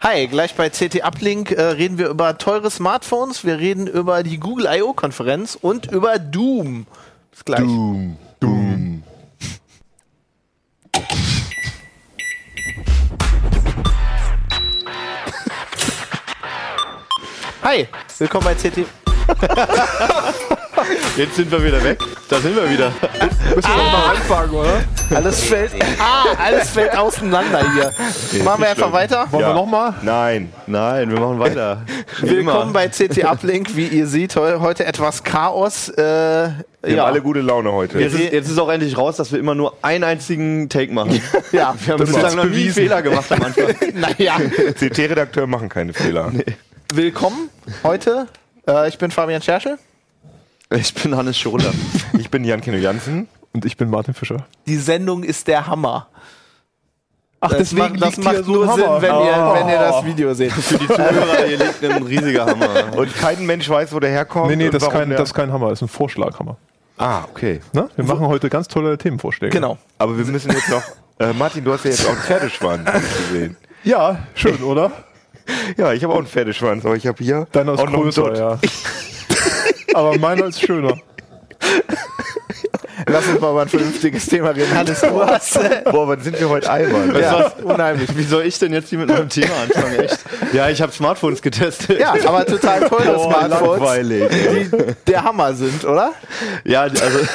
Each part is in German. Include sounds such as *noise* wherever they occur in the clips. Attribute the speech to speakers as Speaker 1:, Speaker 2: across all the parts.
Speaker 1: Hi, gleich bei CT Uplink äh, reden wir über teure Smartphones, wir reden über die Google I.O. Konferenz und über Doom. Bis gleich.
Speaker 2: Doom, Doom.
Speaker 1: Hi, willkommen bei CT.
Speaker 2: Jetzt sind wir wieder weg. Da sind wir wieder.
Speaker 3: Müssen wir nochmal anfangen, oder? Wollen
Speaker 1: Ah. Alles fällt, ah, alles fällt auseinander *laughs* hier. Machen wir
Speaker 2: nicht
Speaker 1: einfach
Speaker 2: schlimm.
Speaker 1: weiter.
Speaker 3: wir nochmal?
Speaker 2: Nein, nein, wir machen weiter. Wie
Speaker 1: Willkommen
Speaker 2: immer.
Speaker 1: bei *laughs* CT Uplink. Wie ihr seht, heu- heute etwas Chaos. Äh,
Speaker 2: Wir
Speaker 1: ja.
Speaker 2: haben alle gute Laune heute.
Speaker 4: Jetzt ist, jetzt ist auch endlich raus, dass wir immer nur einen einzigen Take machen.
Speaker 1: ja, wir haben
Speaker 4: Bislang noch nie
Speaker 2: bewiesen.
Speaker 4: Fehler gemacht am Anfang.
Speaker 1: *laughs* naja.
Speaker 2: CT-Redakteur machen keine Fehler.
Speaker 1: Willkommen heute. Äh, ich bin Fabian Scherschel.
Speaker 4: Ich bin Hannes Scholer.
Speaker 2: Ich bin Jan Kino Jansen.
Speaker 3: Und ich bin Martin Fischer.
Speaker 1: Die Sendung ist der Hammer.
Speaker 3: Ach,
Speaker 1: macht- das macht nur Sinn, wenn,
Speaker 3: Oh.
Speaker 1: ihr, wenn ihr das Video seht.
Speaker 4: Oh. *laughs* Für die Zuhörer, hier liegt ein riesiger Hammer.
Speaker 2: Und kein Mensch weiß, wo der herkommt.
Speaker 3: Nee, nee,
Speaker 2: und
Speaker 3: das ist,
Speaker 2: warum
Speaker 3: kein,
Speaker 2: der-
Speaker 3: das ist kein Hammer, das ist ein Vorschlaghammer.
Speaker 2: ah, okay.
Speaker 3: Ne? Wir machen heute ganz tolle Themenvorschläge.
Speaker 1: Genau.
Speaker 2: Aber wir müssen jetzt noch. Äh, Martin, du hast ja jetzt auch einen Pferdeschwanz hab ich gesehen.
Speaker 3: Ja, schön, oder?
Speaker 2: Ja, ich habe auch einen Pferdeschwanz, aber ich habe hier
Speaker 3: Deiner ist
Speaker 2: auch einen
Speaker 3: größer,
Speaker 2: Dutt.
Speaker 3: ja. Aber meiner ist schöner.
Speaker 1: Lass uns mal über ein vernünftiges Thema reden. Hannes, du *laughs* hast. äh,
Speaker 2: Boah, wann sind wir heute albern?
Speaker 1: ja, unheimlich.
Speaker 4: Wie soll ich denn jetzt hier mit meinem Thema anfangen? Echt? Ja, ich habe Smartphones getestet.
Speaker 1: Ja, aber total teure
Speaker 4: Boah,
Speaker 1: Smartphones,
Speaker 4: langweilig.
Speaker 1: die der Hammer sind, oder?
Speaker 4: Ja, die- also *laughs*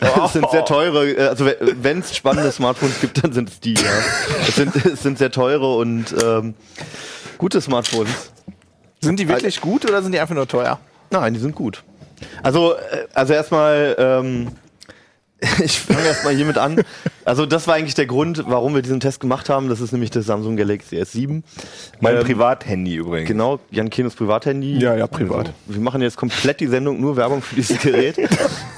Speaker 4: das sind sehr teure. äh, Also wenn es spannende Smartphones gibt, dann sind es die. Ja. Es, sind, *laughs* es sind sehr teure und ähm, gute Smartphones.
Speaker 1: Sind die wirklich gut oder sind die einfach nur teuer?
Speaker 4: Nein, die sind gut. Also, äh, also erstmal, ähm, *laughs* ich fange erstmal hiermit an. Also, das war eigentlich der Grund, warum wir diesen Test gemacht haben. Das ist nämlich das Samsung Galaxy S7.
Speaker 2: Mein
Speaker 4: Ähm,
Speaker 2: Privathandy übrigens.
Speaker 4: Genau, Jan Kenos Privathandy.
Speaker 3: Ja, ja, privat.
Speaker 4: Also, wir machen jetzt komplett die Sendung, nur Werbung für dieses
Speaker 2: *laughs*
Speaker 4: Gerät.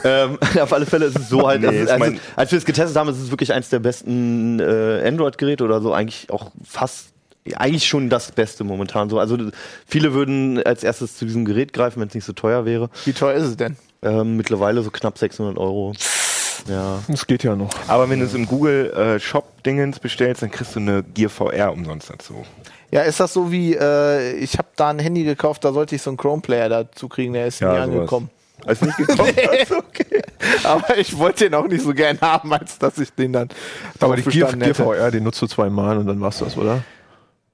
Speaker 4: ähm, auf alle Fälle ist es so halt,
Speaker 2: Nee,
Speaker 4: also,
Speaker 2: ist
Speaker 4: als,
Speaker 2: mein-
Speaker 4: als wir es getestet haben, ist es wirklich eines der besten äh, Android-Geräte oder so, eigentlich auch fast, eigentlich schon das Beste momentan so. Also viele würden als erstes zu diesem Gerät greifen, wenn es nicht so teuer wäre.
Speaker 1: Wie teuer ist es denn?
Speaker 4: Ähm, mittlerweile so knapp 600 Euro. Ja.
Speaker 3: Also, Das geht ja noch.
Speaker 2: Aber wenn du es im Google äh, Shop Dingens bestellst, dann kriegst du eine Gear VR umsonst dazu.
Speaker 1: Ja, ist das so wie, äh, ich habe da ein Handy gekauft, da sollte ich so einen Chrome-Player dazu kriegen, der ist nie
Speaker 2: sowas.
Speaker 1: angekommen.
Speaker 2: Ist nicht
Speaker 3: *laughs*
Speaker 2: gekommen.
Speaker 1: *laughs* ist okay. Aber ich wollte den auch nicht so gern haben, als dass ich den dann.
Speaker 3: Aber die
Speaker 1: drauf
Speaker 3: Gear,
Speaker 1: bestanden
Speaker 3: Gear
Speaker 1: hätte.
Speaker 3: VR, den nutzt du zweimal und dann war's das, oder?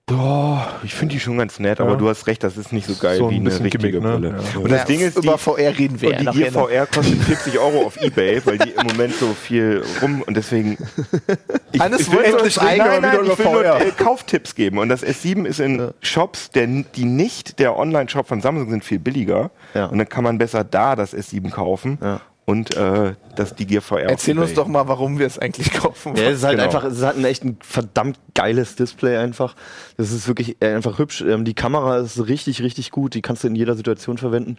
Speaker 2: Boah, ich finde die schon ganz nett, aber
Speaker 3: Ja.
Speaker 2: du hast recht, das ist nicht so geil
Speaker 3: So ein
Speaker 2: wie eine
Speaker 3: bisschen
Speaker 2: richtige
Speaker 3: Gimmick, ne?
Speaker 2: Brille.
Speaker 3: Ja.
Speaker 2: Und das
Speaker 1: Ja,
Speaker 2: Ding ist, die,
Speaker 1: über VR reden wir
Speaker 2: und
Speaker 1: ja
Speaker 2: die E Gear
Speaker 1: nachher noch.
Speaker 2: VR kostet 40 Euro auf Ebay, weil die im Moment so viel rum und deswegen. Ich,
Speaker 1: Hannes wollte uns
Speaker 2: nein,
Speaker 1: eigentlich mal
Speaker 2: nein, nein,
Speaker 1: wieder
Speaker 4: E
Speaker 2: ich will
Speaker 1: über E
Speaker 2: nur
Speaker 1: VR.
Speaker 2: äh, Kauftipps geben. Und das S7 ist in Shops, der, die nicht der Online-Shop von Samsung sind, viel billiger.
Speaker 4: Ja.
Speaker 2: Und dann kann man besser da das S7 kaufen
Speaker 4: Ja.
Speaker 2: und äh, das, die Gear VR. auf
Speaker 1: Erzähl uns
Speaker 2: eBay.
Speaker 1: doch mal, warum wir es eigentlich kaufen
Speaker 4: Ja, es ist halt
Speaker 2: Genau.
Speaker 4: einfach, es hat ein echt ein verdammt geiles Display einfach. Das ist wirklich äh, einfach hübsch. Ähm, die Kamera ist richtig, richtig gut. Die kannst du in jeder Situation verwenden.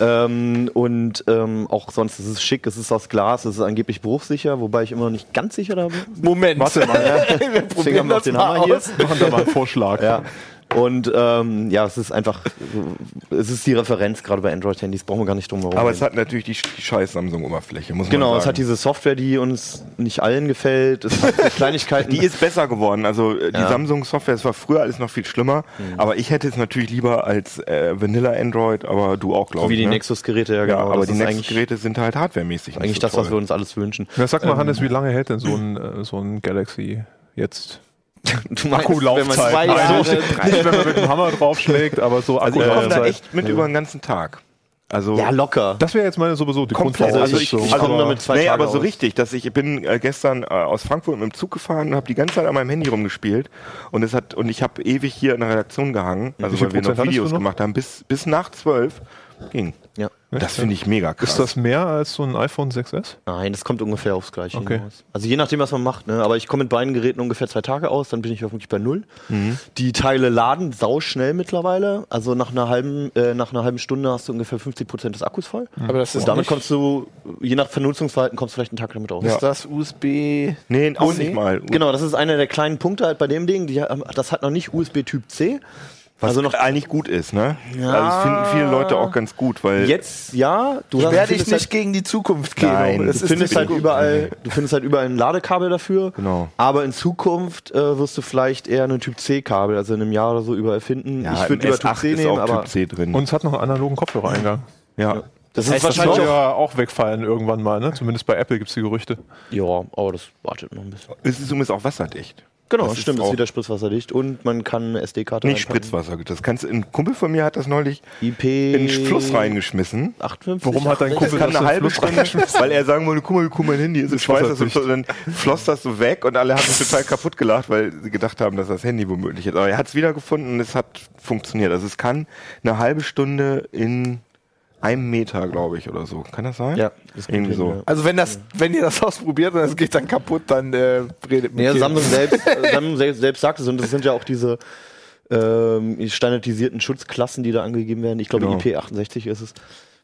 Speaker 4: Ähm, und ähm, auch sonst ist es schick, es ist aus Glas, es ist angeblich bruchsicher, wobei ich immer noch nicht ganz sicher da bin.
Speaker 1: *laughs* Moment.
Speaker 4: Warte *laughs* mal, ja.
Speaker 1: wir
Speaker 4: Deswegen haben
Speaker 1: probieren
Speaker 4: wir auch
Speaker 1: das
Speaker 4: den
Speaker 1: mal
Speaker 4: Hammer hier.
Speaker 1: aus. *laughs*
Speaker 3: Machen da mal einen Vorschlag.
Speaker 4: Ja. Und ähm, ja, es ist einfach, äh, es ist die Referenz gerade bei Android-Handys, brauchen wir gar nicht drum herum.
Speaker 2: Aber
Speaker 4: reden.
Speaker 2: es hat natürlich die, die scheiß Samsung-Oberfläche, muss
Speaker 4: Genau,
Speaker 2: man sagen.
Speaker 4: es hat diese Software, die uns nicht allen gefällt. Es hat so Kleinigkeiten.
Speaker 2: Die ist besser geworden. Also äh, die
Speaker 4: Ja. Mhm.
Speaker 2: Samsung-Software, es war früher alles noch viel schlimmer. Aber ich hätte es natürlich lieber als äh, Vanilla Android, aber du auch, glaube ich.
Speaker 4: wie die
Speaker 2: ne?
Speaker 4: Nexus-Geräte, ja
Speaker 2: Ja,
Speaker 4: genau.
Speaker 2: aber
Speaker 4: Das
Speaker 2: die
Speaker 4: ist eigentlich-
Speaker 2: Nexus-Geräte sind halt hardwaremäßig. nicht
Speaker 4: Eigentlich
Speaker 2: so
Speaker 4: das, was wir
Speaker 2: toll.
Speaker 4: uns alles wünschen.
Speaker 3: Na, sag mal, Hannes, wie lange hält denn so ein, äh, so ein Galaxy jetzt?
Speaker 4: Du meinst,
Speaker 1: zwei
Speaker 3: Nein,
Speaker 4: Also,
Speaker 1: Jahre-
Speaker 4: *laughs*
Speaker 3: so, nicht, wenn man mit dem Hammer draufschlägt, aber so
Speaker 2: Also ich komme da
Speaker 3: Akkulaufzeit.
Speaker 2: echt mit über den ganzen Tag. Also
Speaker 4: Ja, locker.
Speaker 3: Das wäre jetzt meine sowieso die
Speaker 2: Komplett.
Speaker 3: Grundvoraussetzung.
Speaker 2: Also ich- ich
Speaker 4: komm damit zwei
Speaker 2: nee,
Speaker 4: Tage
Speaker 2: aber so
Speaker 4: aus.
Speaker 2: richtig, dass ich ich bin äh, gestern äh, aus Frankfurt mit dem Zug gefahren und habe die ganze Zeit an meinem Handy rumgespielt und es hat und ich habe ewig hier in der Redaktion gehangen, also
Speaker 3: Wie viel
Speaker 2: weil wir
Speaker 3: Prozent
Speaker 2: noch
Speaker 3: hattest
Speaker 2: Videos
Speaker 3: du noch?
Speaker 2: gemacht haben bis bis nach zwölf ging.
Speaker 4: Ja.
Speaker 2: Das finde ich mega krass.
Speaker 3: Ist das mehr als so ein iPhone 6S?
Speaker 4: Nein, das kommt ungefähr aufs Gleiche
Speaker 3: Okay.
Speaker 4: hinaus. Also je nachdem, was man macht. Ne? Aber ich komme mit beiden Geräten ungefähr zwei Tage aus, dann bin ich hoffentlich bei null.
Speaker 2: Mhm.
Speaker 4: Die Teile laden sauschnell mittlerweile. Also nach einer halben, äh, nach einer halben Stunde hast du ungefähr 50 Prozent des Akkus voll.
Speaker 2: Mhm.
Speaker 1: Aber das ist
Speaker 4: Und damit
Speaker 1: nicht-
Speaker 4: kommst du, je nach Vernutzungsverhalten, kommst du vielleicht einen Tag damit aus.
Speaker 1: Ist das USB?
Speaker 2: Nee, Genau. auch
Speaker 1: nee.
Speaker 2: nicht mal.
Speaker 4: Genau, das ist einer der kleinen Punkte halt bei dem Ding. Die, haben- das hat noch nicht USB Typ C.
Speaker 2: Was
Speaker 4: Also noch-
Speaker 2: eigentlich gut ist, ne?
Speaker 4: Ja.
Speaker 2: Also das finden viele Leute auch ganz gut, weil
Speaker 4: Jetzt ja, du
Speaker 1: Ich
Speaker 4: hast-
Speaker 1: werde ich
Speaker 4: findest
Speaker 1: nicht gegen die Zukunft gehen.
Speaker 2: Nein,
Speaker 1: Robin.
Speaker 2: das
Speaker 1: Es
Speaker 4: du
Speaker 1: ist
Speaker 4: findest
Speaker 1: nicht
Speaker 4: halt
Speaker 1: gut.
Speaker 4: überall, du findest halt überall ein Ladekabel dafür.
Speaker 2: Genau.
Speaker 4: Aber in Zukunft äh, wirst du vielleicht eher ein Typ C Kabel, also in einem Jahr oder so überall finden.
Speaker 2: ja, im
Speaker 4: lieber
Speaker 2: S8 ist auch Typ C drin.
Speaker 3: Und es hat noch einen analogen Kopfhörereingang.
Speaker 2: ja.
Speaker 4: das ist
Speaker 1: Heißt das
Speaker 4: wahrscheinlich
Speaker 3: Soll
Speaker 4: auch,
Speaker 3: ja auch wegfallen irgendwann mal, ne? Zumindest bei Apple gibt es die Gerüchte.
Speaker 4: ja, aber das wartet noch ein bisschen.
Speaker 2: Es ist übrigens auch wasserdicht.
Speaker 4: Genau,
Speaker 2: Das ist
Speaker 4: stimmt, ist,
Speaker 2: auch-
Speaker 4: wieder spritzwasserdicht und man kann eine SD-Karte
Speaker 2: Nicht
Speaker 4: reinpacken.
Speaker 2: Spritzwasser. Das kannst, ein Kumpel von mir hat das neulich
Speaker 4: IP
Speaker 2: in den Fluss reingeschmissen.
Speaker 4: 58.
Speaker 3: Warum hat dein
Speaker 2: Das
Speaker 3: Kumpel
Speaker 2: kann eine
Speaker 3: das in den
Speaker 2: halbe
Speaker 3: Fluss
Speaker 2: Stunde, weil er sagen wollte, guck mal, guck mal, mein Handy ist im Schweiß, das und so, dann floss das so weg und alle haben sich total kaputt gelacht, weil sie gedacht haben, dass das Handy womöglich ist. Aber er hat es wiedergefunden und es hat funktioniert. Also es kann eine halbe Stunde in einem Meter, glaube ich, oder so. Kann das sein?
Speaker 4: Ja, das geht
Speaker 2: Irgendwie
Speaker 4: hin,
Speaker 2: so.
Speaker 4: ja.
Speaker 1: Also wenn das, wenn ihr das ausprobiert und es geht dann kaputt, dann äh, redet mit
Speaker 4: Ja,
Speaker 1: mir.
Speaker 4: Samsung selbst, äh, Samsung selbst, selbst sagt es und das sind ja auch diese ähm, standardisierten Schutzklassen, die da angegeben werden. Ich glaube,
Speaker 2: Genau.
Speaker 4: IP68 ist es.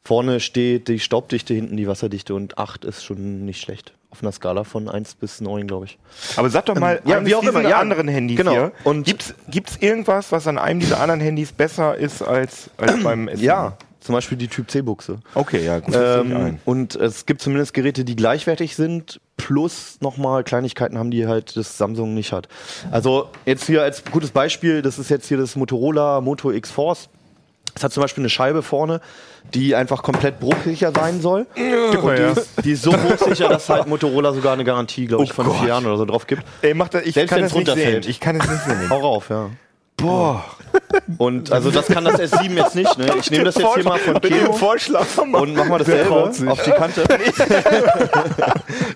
Speaker 4: Vorne steht die Staubdichte, hinten die Wasserdichte und 8 ist schon nicht schlecht. Auf einer Skala von 1 bis 9, glaube ich.
Speaker 2: Aber sag doch mal,
Speaker 4: Ähm, ja,
Speaker 2: eines
Speaker 4: wie auch
Speaker 2: dieser
Speaker 4: immer, ja.
Speaker 2: anderen Handys
Speaker 4: Genau.
Speaker 2: hier.
Speaker 4: Und-
Speaker 2: gibt's, gibt's irgendwas, was an einem dieser anderen Handys besser ist als,
Speaker 4: *clears throat*
Speaker 2: als beim E? S7?
Speaker 4: Zum Beispiel die Typ-C-Buchse.
Speaker 2: Okay, ja, *laughs* gut. das sehe ich
Speaker 4: Ähm,
Speaker 2: ein.
Speaker 4: und es gibt zumindest Geräte, die gleichwertig sind, plus nochmal Kleinigkeiten haben, die halt das Samsung nicht hat. Also jetzt hier als gutes Beispiel, das ist jetzt hier das Motorola Moto X Force. Es hat zum Beispiel eine Scheibe vorne, die einfach komplett bruchsicher sein soll. Und die, ist, die ist
Speaker 2: *laughs*
Speaker 4: so bruchsicher, dass halt Motorola sogar eine Garantie, glaube ich,
Speaker 2: Oh
Speaker 4: von
Speaker 2: Gott.
Speaker 4: vier Jahren oder so drauf gibt.
Speaker 2: Ey, mach das, ich
Speaker 4: selbst
Speaker 2: kann
Speaker 4: wenn's
Speaker 2: das nicht sehen.
Speaker 4: runterfällt.
Speaker 2: Ich kann das nicht sehen.
Speaker 4: Hau rauf, ja.
Speaker 2: Boah.
Speaker 4: Und also das kann das S7 jetzt nicht, ne? Ich nehme das jetzt hier
Speaker 2: *laughs*
Speaker 4: mal von Keo.
Speaker 2: Vollschlaffer
Speaker 4: und mach mal dasselbe
Speaker 1: traut sich?
Speaker 4: auf die
Speaker 3: *laughs*
Speaker 4: Kante.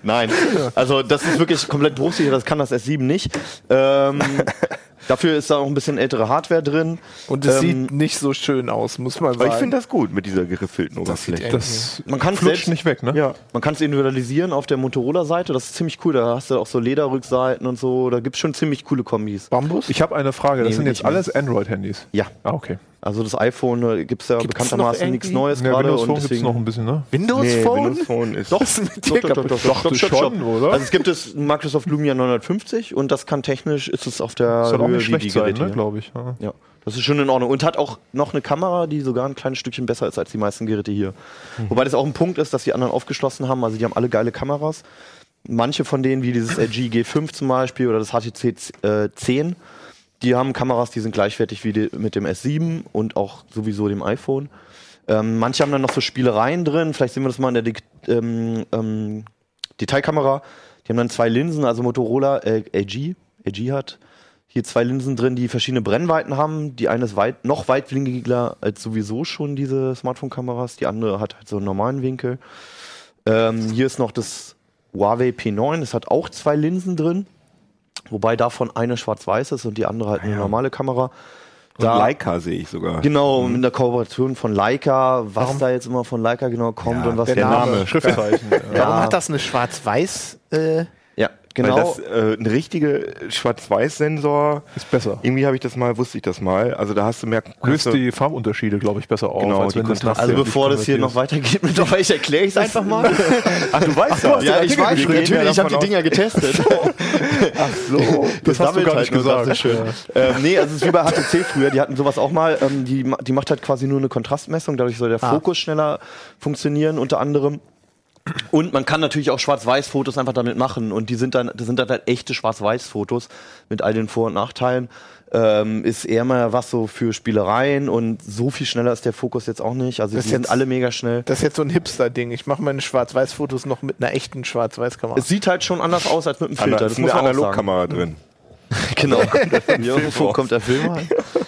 Speaker 4: Nein, also das ist wirklich komplett bruchsicher, das kann das S7 nicht.
Speaker 3: *laughs*
Speaker 4: Ähm, dafür ist da auch ein bisschen ältere Hardware drin.
Speaker 1: Und es
Speaker 4: Ähm,
Speaker 1: sieht nicht so schön aus, muss man
Speaker 2: Aber
Speaker 1: sagen.
Speaker 2: ich finde das gut mit dieser geriffelten Oberfläche.
Speaker 3: Das
Speaker 4: Man kann's
Speaker 3: flutscht
Speaker 4: selbst-
Speaker 3: nicht weg, ne?
Speaker 2: Ja.
Speaker 4: man kann es individualisieren auf der Motorola-Seite, das ist ziemlich cool. Da hast du auch so Lederrückseiten und so, da gibt es schon ziemlich coole Kombis.
Speaker 1: Bambus?
Speaker 3: Ich habe eine Frage. Das
Speaker 4: Nee,
Speaker 3: sind
Speaker 4: nicht
Speaker 3: jetzt alles Android-Handys.
Speaker 4: Ja,
Speaker 3: Ah, okay.
Speaker 4: also das iPhone gibt es ja
Speaker 1: Gibt's noch
Speaker 4: bekanntermaßen nichts
Speaker 1: irgendwie-
Speaker 4: Neues
Speaker 3: Ja,
Speaker 4: gerade
Speaker 3: Windows
Speaker 4: und
Speaker 3: Phone gibt es
Speaker 4: deswegen.
Speaker 3: noch ein bisschen, ne?
Speaker 1: Windows Phone?
Speaker 2: Windows Phone ist.
Speaker 1: Doch, ist mit dir kaputt.
Speaker 3: doch, doch, schon, oder?
Speaker 4: Also es gibt das Microsoft Lumia 950 und das kann technisch, ist es auf der
Speaker 3: Soll auch
Speaker 4: Höhe
Speaker 3: nicht
Speaker 4: wie die
Speaker 3: schlecht sein,
Speaker 4: Geräte.
Speaker 3: ne?
Speaker 4: hier.
Speaker 3: Glaube ich. Ja.
Speaker 4: Ja, das ist schon in Ordnung. Und hat auch noch eine Kamera, die sogar ein kleines Stückchen besser ist als die meisten Geräte hier. Wobei das auch ein Punkt ist, dass die anderen aufgeschlossen haben. Also die haben alle geile Kameras. Manche von denen, wie dieses LG G5 zum Beispiel oder das HTC äh, 10, die haben Kameras, die sind gleichwertig wie die, mit dem S7 und auch sowieso dem iPhone. Ähm, manche haben dann noch so Spielereien drin. Vielleicht sehen wir das mal in der Dik- ähm, ähm, Detailkamera. Die haben dann zwei Linsen, also Motorola äh, LG. LG hat hier zwei Linsen drin, die verschiedene Brennweiten haben. Die eine ist weit, noch weitwinkliger als sowieso schon diese Smartphone-Kameras. Die andere hat halt so einen normalen Winkel. Ähm, hier ist noch das Huawei P9. Es hat auch zwei Linsen drin. Wobei davon eine schwarz-weiß ist und die andere halt eine normale Kamera.
Speaker 2: Da. Leica sehe ich sogar.
Speaker 4: Genau,
Speaker 2: Mhm.
Speaker 4: in der Kooperation von Leica, was da jetzt immer von Leica genau kommt
Speaker 2: Ja,
Speaker 4: und was
Speaker 2: der
Speaker 4: da-
Speaker 2: *laughs* Name.
Speaker 3: Schriftzeichen. ja.
Speaker 1: Warum
Speaker 4: Ja.
Speaker 1: hat das eine schwarz-weiß? Äh,
Speaker 4: Ja,
Speaker 2: Genau.
Speaker 4: genau.
Speaker 2: Weil das äh, ein richtiger Schwarz-Weiß-Sensor.
Speaker 3: Ist besser.
Speaker 2: Irgendwie habe ich das mal, wusste ich das mal. Also da hast du mehr.
Speaker 3: Löst
Speaker 2: hast du-
Speaker 3: die Farbunterschiede, glaube ich, besser auf.
Speaker 2: Genau, die Kontraste.
Speaker 4: also bevor das hier noch
Speaker 3: weiter.
Speaker 4: weitergeht mit euch, erkläre ich es einfach mal.
Speaker 2: *laughs* Ach, du weißt das.
Speaker 4: ja, ich weiß,
Speaker 2: Wir gehen
Speaker 4: natürlich,
Speaker 2: ja
Speaker 4: ich habe die
Speaker 2: davon
Speaker 4: Dinger
Speaker 2: *laughs*
Speaker 4: getestet.
Speaker 2: aus- So.
Speaker 4: Das,
Speaker 3: hast du
Speaker 4: sammelt
Speaker 3: gar nicht
Speaker 4: nur
Speaker 3: gesagt.
Speaker 4: ganz so Schön. Ähm, nee, also es ist wie bei HTC früher, die hatten sowas auch mal, ähm, die, ma- die macht halt quasi nur eine Kontrastmessung, dadurch soll der
Speaker 1: Ah.
Speaker 4: Fokus schneller funktionieren unter anderem. Und man kann natürlich auch Schwarz-Weiß-Fotos einfach damit machen und die sind dann, das sind dann halt echte Schwarz-Weiß-Fotos mit all den Vor- und Nachteilen. Ähm, ist eher mal was so für Spielereien und so viel schneller ist der Fokus jetzt auch nicht. Also
Speaker 1: Das
Speaker 4: die sind
Speaker 1: jetzt-
Speaker 4: alle mega schnell.
Speaker 1: das ist jetzt so ein Hipster-Ding. Ich mache meine Schwarz-Weiß-Fotos noch mit einer echten Schwarz-Weiß-Kamera.
Speaker 4: Es sieht halt schon anders aus als mit einem
Speaker 2: Ana-
Speaker 4: Filter.
Speaker 2: ist eine
Speaker 4: man auch sagen.
Speaker 2: Analogkamera drin.
Speaker 1: *laughs*
Speaker 4: Genau. *laughs* Ja, Wo
Speaker 2: raus.
Speaker 4: kommt der Film rein?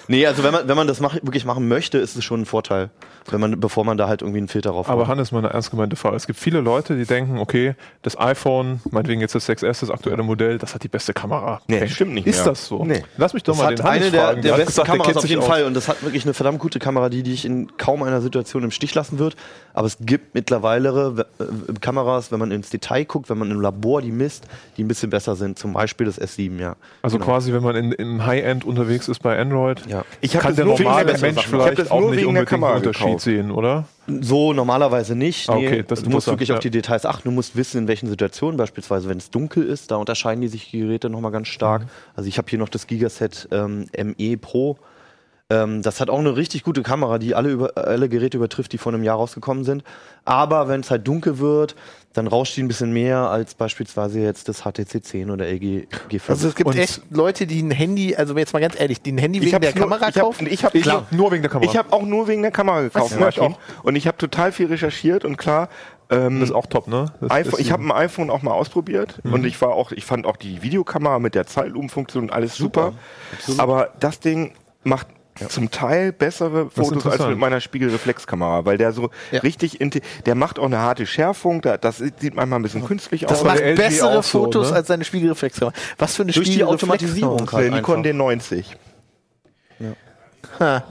Speaker 4: Nee, also wenn man, wenn man das mach, wirklich machen möchte, ist es schon ein Vorteil, wenn man, bevor man da halt irgendwie einen Filter drauf
Speaker 3: Aber
Speaker 4: macht.
Speaker 3: Hannes, mal eine ernst gemeinte Frage. Es gibt viele Leute, die denken, okay, das iPhone, meinetwegen jetzt das 6S, das aktuelle Modell, das hat die beste Kamera.
Speaker 2: Nee,
Speaker 3: Okay.
Speaker 2: stimmt nicht
Speaker 3: Ist
Speaker 2: mehr.
Speaker 3: das so?
Speaker 2: Nee.
Speaker 3: Lass mich doch
Speaker 4: Das
Speaker 3: mal
Speaker 4: hat
Speaker 3: den Hannes
Speaker 4: eine der,
Speaker 3: fragen.
Speaker 4: der
Speaker 3: hat
Speaker 4: besten
Speaker 3: gesagt, der
Speaker 4: Kameras
Speaker 3: kennt
Speaker 4: auf
Speaker 3: sich
Speaker 4: jeden
Speaker 3: aus.
Speaker 4: Fall und das hat wirklich eine verdammt gute Kamera, die dich in kaum einer Situation im Stich lassen wird. Aber es gibt mittlerweile äh, äh, Kameras, wenn man ins Detail guckt, wenn man im Labor die misst, die ein bisschen besser sind. Zum Beispiel das S7, ja.
Speaker 3: Also
Speaker 4: Genau.
Speaker 3: quasi, wenn man in, im High-End unterwegs ist bei Android,
Speaker 4: Ja.
Speaker 2: Ich hab
Speaker 3: kann
Speaker 2: das
Speaker 3: der
Speaker 2: nur wegen
Speaker 3: normale
Speaker 2: der besseren
Speaker 3: Mensch
Speaker 2: Sachen. Ich hab
Speaker 3: vielleicht
Speaker 2: das nur
Speaker 3: auch nicht
Speaker 2: wegen der
Speaker 3: unbedingt einen
Speaker 2: Kamera
Speaker 3: Unterschied
Speaker 2: gekauft.
Speaker 3: sehen, oder?
Speaker 4: So normalerweise nicht. also
Speaker 3: Ah, okay, das ist
Speaker 4: du musst
Speaker 3: interessant,
Speaker 4: wirklich
Speaker 3: ja.
Speaker 4: auf die Details achten. Du musst wissen, in welchen Situationen, beispielsweise, wenn es dunkel ist, da
Speaker 3: Mhm.
Speaker 4: unterscheiden die sich die Geräte nochmal ganz stark. Also ich habe hier noch das Gigaset ähm, ME E Pro. Ähm, das hat auch eine richtig gute Kamera, die alle, über, alle Geräte übertrifft, die vor einem Jahr rausgekommen sind. Aber wenn es halt dunkel wird, dann rauscht die ein bisschen mehr als beispielsweise jetzt das HTC 10 oder LG G5.
Speaker 1: Also es gibt
Speaker 3: Und-
Speaker 1: echt Leute, die ein Handy, also jetzt mal ganz ehrlich, die ein Handy wegen der Kamera
Speaker 2: ich hab,
Speaker 1: kaufen.
Speaker 2: ich hab,
Speaker 3: Klar, nur wegen der Kamera.
Speaker 2: Ich habe auch nur wegen der Kamera gekauft.
Speaker 1: Was?
Speaker 2: Mach ich auch. Und ich habe total viel recherchiert und klar, ähm,
Speaker 3: das ist auch top, ne? Das
Speaker 2: iPhone,
Speaker 3: ist Mhm.
Speaker 2: ich habe ein iPhone auch mal ausprobiert und ich war auch, ich fand auch die Videokamera mit der Zeitlupenfunktion und alles super. Aber das Ding macht zum Teil bessere
Speaker 3: ist
Speaker 2: Fotos als
Speaker 3: interessant.
Speaker 2: mit meiner Spiegelreflexkamera, weil der so
Speaker 1: Ja.
Speaker 2: richtig, inte- der macht auch eine harte Schärfung, da, das sieht manchmal ein bisschen künstlich
Speaker 1: das
Speaker 2: aus.
Speaker 3: war
Speaker 1: macht
Speaker 3: der LG
Speaker 1: bessere
Speaker 3: auch so,
Speaker 1: Fotos
Speaker 3: ne?
Speaker 1: als seine Spiegelreflexkamera. Was für eine
Speaker 4: Durch die
Speaker 1: Spiegelreflexkamera.
Speaker 4: Automatisierung
Speaker 2: der
Speaker 4: halt
Speaker 2: Nikon
Speaker 4: einfach.
Speaker 2: D90.
Speaker 1: Ha.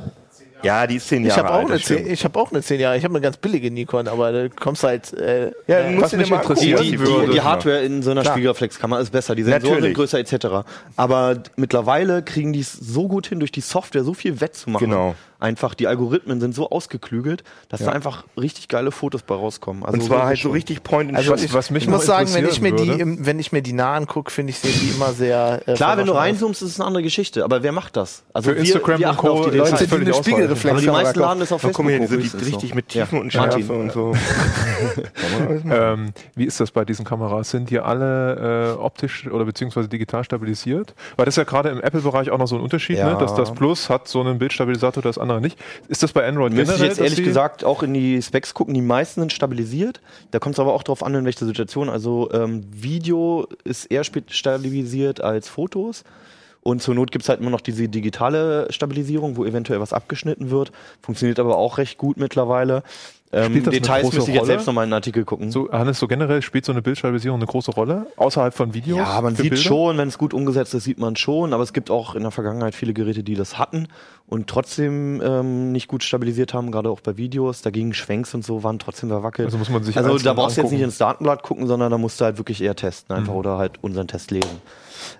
Speaker 2: Ja, die ist zehn
Speaker 1: Ich
Speaker 2: Jahre
Speaker 1: habe auch,
Speaker 2: alt.
Speaker 1: eine
Speaker 2: das stimmt.
Speaker 1: 10 ich hab auch eine 10 Jahre. Ich habe eine ganz billige Nikon, aber da kommst du halt. Äh,
Speaker 2: Ja,
Speaker 1: äh,
Speaker 2: dann musst
Speaker 3: was
Speaker 2: du dir
Speaker 3: mich
Speaker 2: mal
Speaker 3: interessiert,
Speaker 2: gucken,
Speaker 4: die,
Speaker 2: was
Speaker 4: die,
Speaker 2: würde
Speaker 4: die
Speaker 2: das machen.
Speaker 4: Hardware in so einer Spiegelreflexkamera ist besser, die Sensoren
Speaker 2: Natürlich.
Speaker 4: sind größer etc. Aber d- mittlerweile kriegen die es so gut hin, durch die Software so viel wettzumachen.
Speaker 2: Genau.
Speaker 4: Einfach die Algorithmen sind so ausgeklügelt, dass da einfach richtig geile Fotos bei rauskommen. Also
Speaker 2: Und zwar halt
Speaker 4: wirklich
Speaker 2: so richtig point and
Speaker 3: Also
Speaker 2: shot.
Speaker 3: was mich
Speaker 1: ich muss
Speaker 3: noch
Speaker 1: sagen, wenn ich mir
Speaker 3: interessieren
Speaker 1: die,
Speaker 3: würde-
Speaker 1: im, wenn ich mir die nah angucke, finde ich sie die immer sehr. Äh,
Speaker 4: Klar, wenn du
Speaker 1: verwaschen aus.
Speaker 4: reinzoomst, ist es eine andere Geschichte. Aber wer macht das? Also
Speaker 3: Für Instagram und
Speaker 4: achten
Speaker 3: Co.
Speaker 4: auf die
Speaker 3: ist
Speaker 4: Details.
Speaker 3: es völlig
Speaker 1: eine
Speaker 3: ausreichend.
Speaker 1: Spiegelreflex-
Speaker 4: aber die meisten
Speaker 1: Flexkamera
Speaker 4: laden das auf
Speaker 2: Dann
Speaker 4: Facebook.
Speaker 2: kommen hier diese,
Speaker 4: hoch,
Speaker 2: die
Speaker 4: höchstens
Speaker 2: richtig
Speaker 4: so.
Speaker 2: mit Tiefen
Speaker 4: Ja,
Speaker 2: und Schärfe
Speaker 4: Martin. *laughs*
Speaker 2: und so.
Speaker 3: Ähm, wie ist das bei diesen Kameras? Sind die alle äh, optisch oder beziehungsweise digital stabilisiert? Weil das ist ja gerade im Apple-Bereich auch noch so ein Unterschied,
Speaker 4: Ja.
Speaker 3: ne? dass das Plus hat so einen Bildstabilisator, das andere nicht. Ist das bei Android
Speaker 4: Müsste ich jetzt
Speaker 3: dass
Speaker 4: ehrlich
Speaker 3: die-
Speaker 4: gesagt auch in die Specs gucken. Die meisten sind stabilisiert. Da kommt es aber auch drauf an, in welcher Situation. Also ähm, Video ist eher spe- stabilisiert als Fotos. Und zur Not gibt es halt immer noch diese digitale Stabilisierung, wo eventuell was abgeschnitten wird. Funktioniert aber auch recht gut mittlerweile. Ähm,
Speaker 3: Spielt das eine
Speaker 4: Details
Speaker 3: große
Speaker 4: müsste ich jetzt
Speaker 3: Rolle?
Speaker 4: selbst nochmal in den Artikel gucken.
Speaker 3: So, Hannes, so generell spielt so eine Bildstabilisierung eine große Rolle außerhalb von Videos?
Speaker 4: Ja, man
Speaker 3: für
Speaker 4: sieht
Speaker 3: Bilder?
Speaker 4: schon, wenn es gut umgesetzt ist, sieht man schon. Aber es gibt auch in der Vergangenheit viele Geräte, die das hatten und trotzdem ähm, nicht gut stabilisiert haben, gerade auch bei Videos. Da gingen Schwenks und so, waren trotzdem verwackelt.
Speaker 3: Also muss man sich
Speaker 4: Also da
Speaker 3: einzeln
Speaker 4: brauchst du jetzt
Speaker 3: angucken. Mhm.
Speaker 4: nicht ins Datenblatt gucken, sondern da musst du halt wirklich eher testen einfach oder halt unseren Test lesen.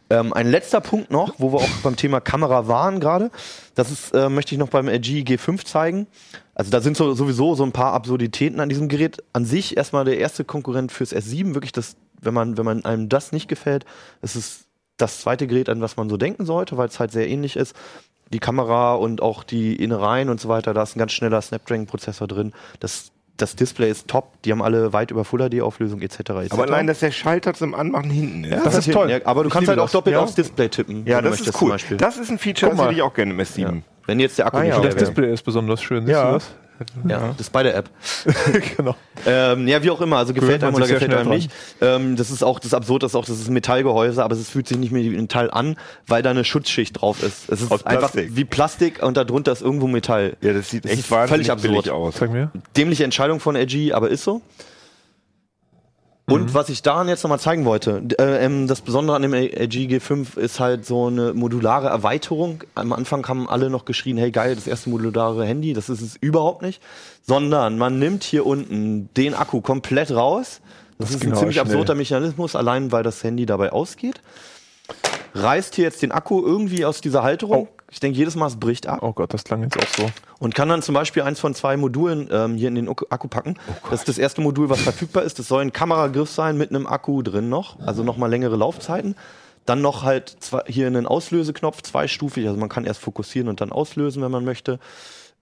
Speaker 4: Ähm, ein letzter Punkt noch, wo wir auch beim Thema Kamera waren gerade. Das ist, äh, möchte ich noch beim LG G5 zeigen. Also da sind so, sowieso so ein paar Absurditäten an diesem Gerät. An sich erstmal der erste Konkurrent fürs S7. Wirklich, das, wenn, man, wenn man einem das nicht gefällt, ist es das zweite Gerät, an was man so denken sollte, weil es halt sehr ähnlich ist. Die Kamera und auch die Innereien und so weiter, da ist ein ganz schneller Snapdragon-Prozessor drin. Das, das Display ist top. Die haben alle weit über Full HD-Auflösung etc. etc.
Speaker 2: Aber allein, dass der Schalter zum Anmachen hinten ist.
Speaker 4: Ja,
Speaker 3: Das ist
Speaker 4: hinten,
Speaker 3: toll.
Speaker 4: ja. Aber du
Speaker 3: Ich
Speaker 4: kannst
Speaker 3: liebe
Speaker 4: halt auch
Speaker 3: das.
Speaker 4: doppelt
Speaker 2: Ja.
Speaker 4: aufs Display tippen.
Speaker 2: Ja,
Speaker 4: wenn du
Speaker 2: das
Speaker 4: möchtest,
Speaker 2: ist
Speaker 4: zum
Speaker 2: cool.
Speaker 4: Beispiel. Hm.
Speaker 2: Das ist ein Feature, das hätte ich auch gerne im S7.
Speaker 4: wenn jetzt der Akku
Speaker 2: Ah, ja,
Speaker 4: nicht
Speaker 2: okay.
Speaker 4: leer
Speaker 3: Das
Speaker 4: wäre.
Speaker 3: Display ist besonders schön.
Speaker 2: Ja.
Speaker 3: Siehst
Speaker 4: Ja, das ist bei der App.
Speaker 3: du das? genau.
Speaker 4: Ähm, ja, wie auch immer, also gefällt
Speaker 3: Gewöhnt
Speaker 4: einem
Speaker 3: man
Speaker 4: oder
Speaker 3: sich sehr
Speaker 4: gefällt einem
Speaker 3: schnell
Speaker 4: nicht. Ähm, das ist auch das ist absurd, dass auch das ist ein Metallgehäuse, aber es fühlt sich nicht mehr wie Metall an, weil da eine Schutzschicht drauf ist. Es ist
Speaker 2: Aus
Speaker 4: einfach
Speaker 2: Plastik.
Speaker 4: wie Plastik und darunter ist irgendwo Metall.
Speaker 2: Ja, das sieht
Speaker 4: Das
Speaker 2: echt
Speaker 4: ist völlig
Speaker 2: wahnsinnig
Speaker 4: absurd.
Speaker 2: billig aus.
Speaker 3: Zeig mir.
Speaker 4: Dämliche Entscheidung von LG, aber ist so. Und was ich daran jetzt nochmal zeigen wollte, d- äh, ähm, das Besondere an dem LG G5 ist halt so eine modulare Erweiterung. Am Anfang haben alle noch geschrien, hey geil, das erste modulare Handy, das ist es überhaupt nicht. Sondern man nimmt hier unten den Akku komplett raus. Das, ist
Speaker 3: genau
Speaker 4: ein ziemlich
Speaker 3: schnell.
Speaker 4: absurder Mechanismus, allein weil das Handy dabei ausgeht. Reißt hier jetzt den Akku irgendwie aus dieser Halterung. Ich denke, jedes Mal es bricht ab.
Speaker 3: Oh Gott, das klang jetzt auch so.
Speaker 4: Und kann dann zum Beispiel eins von zwei Modulen ähm, hier in den Akku- Akku packen. das ist das erste Modul, was verfügbar ist. Das soll ein Kameragriff sein mit einem Akku drin noch. Also nochmal längere Laufzeiten. Dann noch halt zwei, hier einen Auslöseknopf, zweistufig. Also man kann erst fokussieren und dann auslösen, wenn man möchte.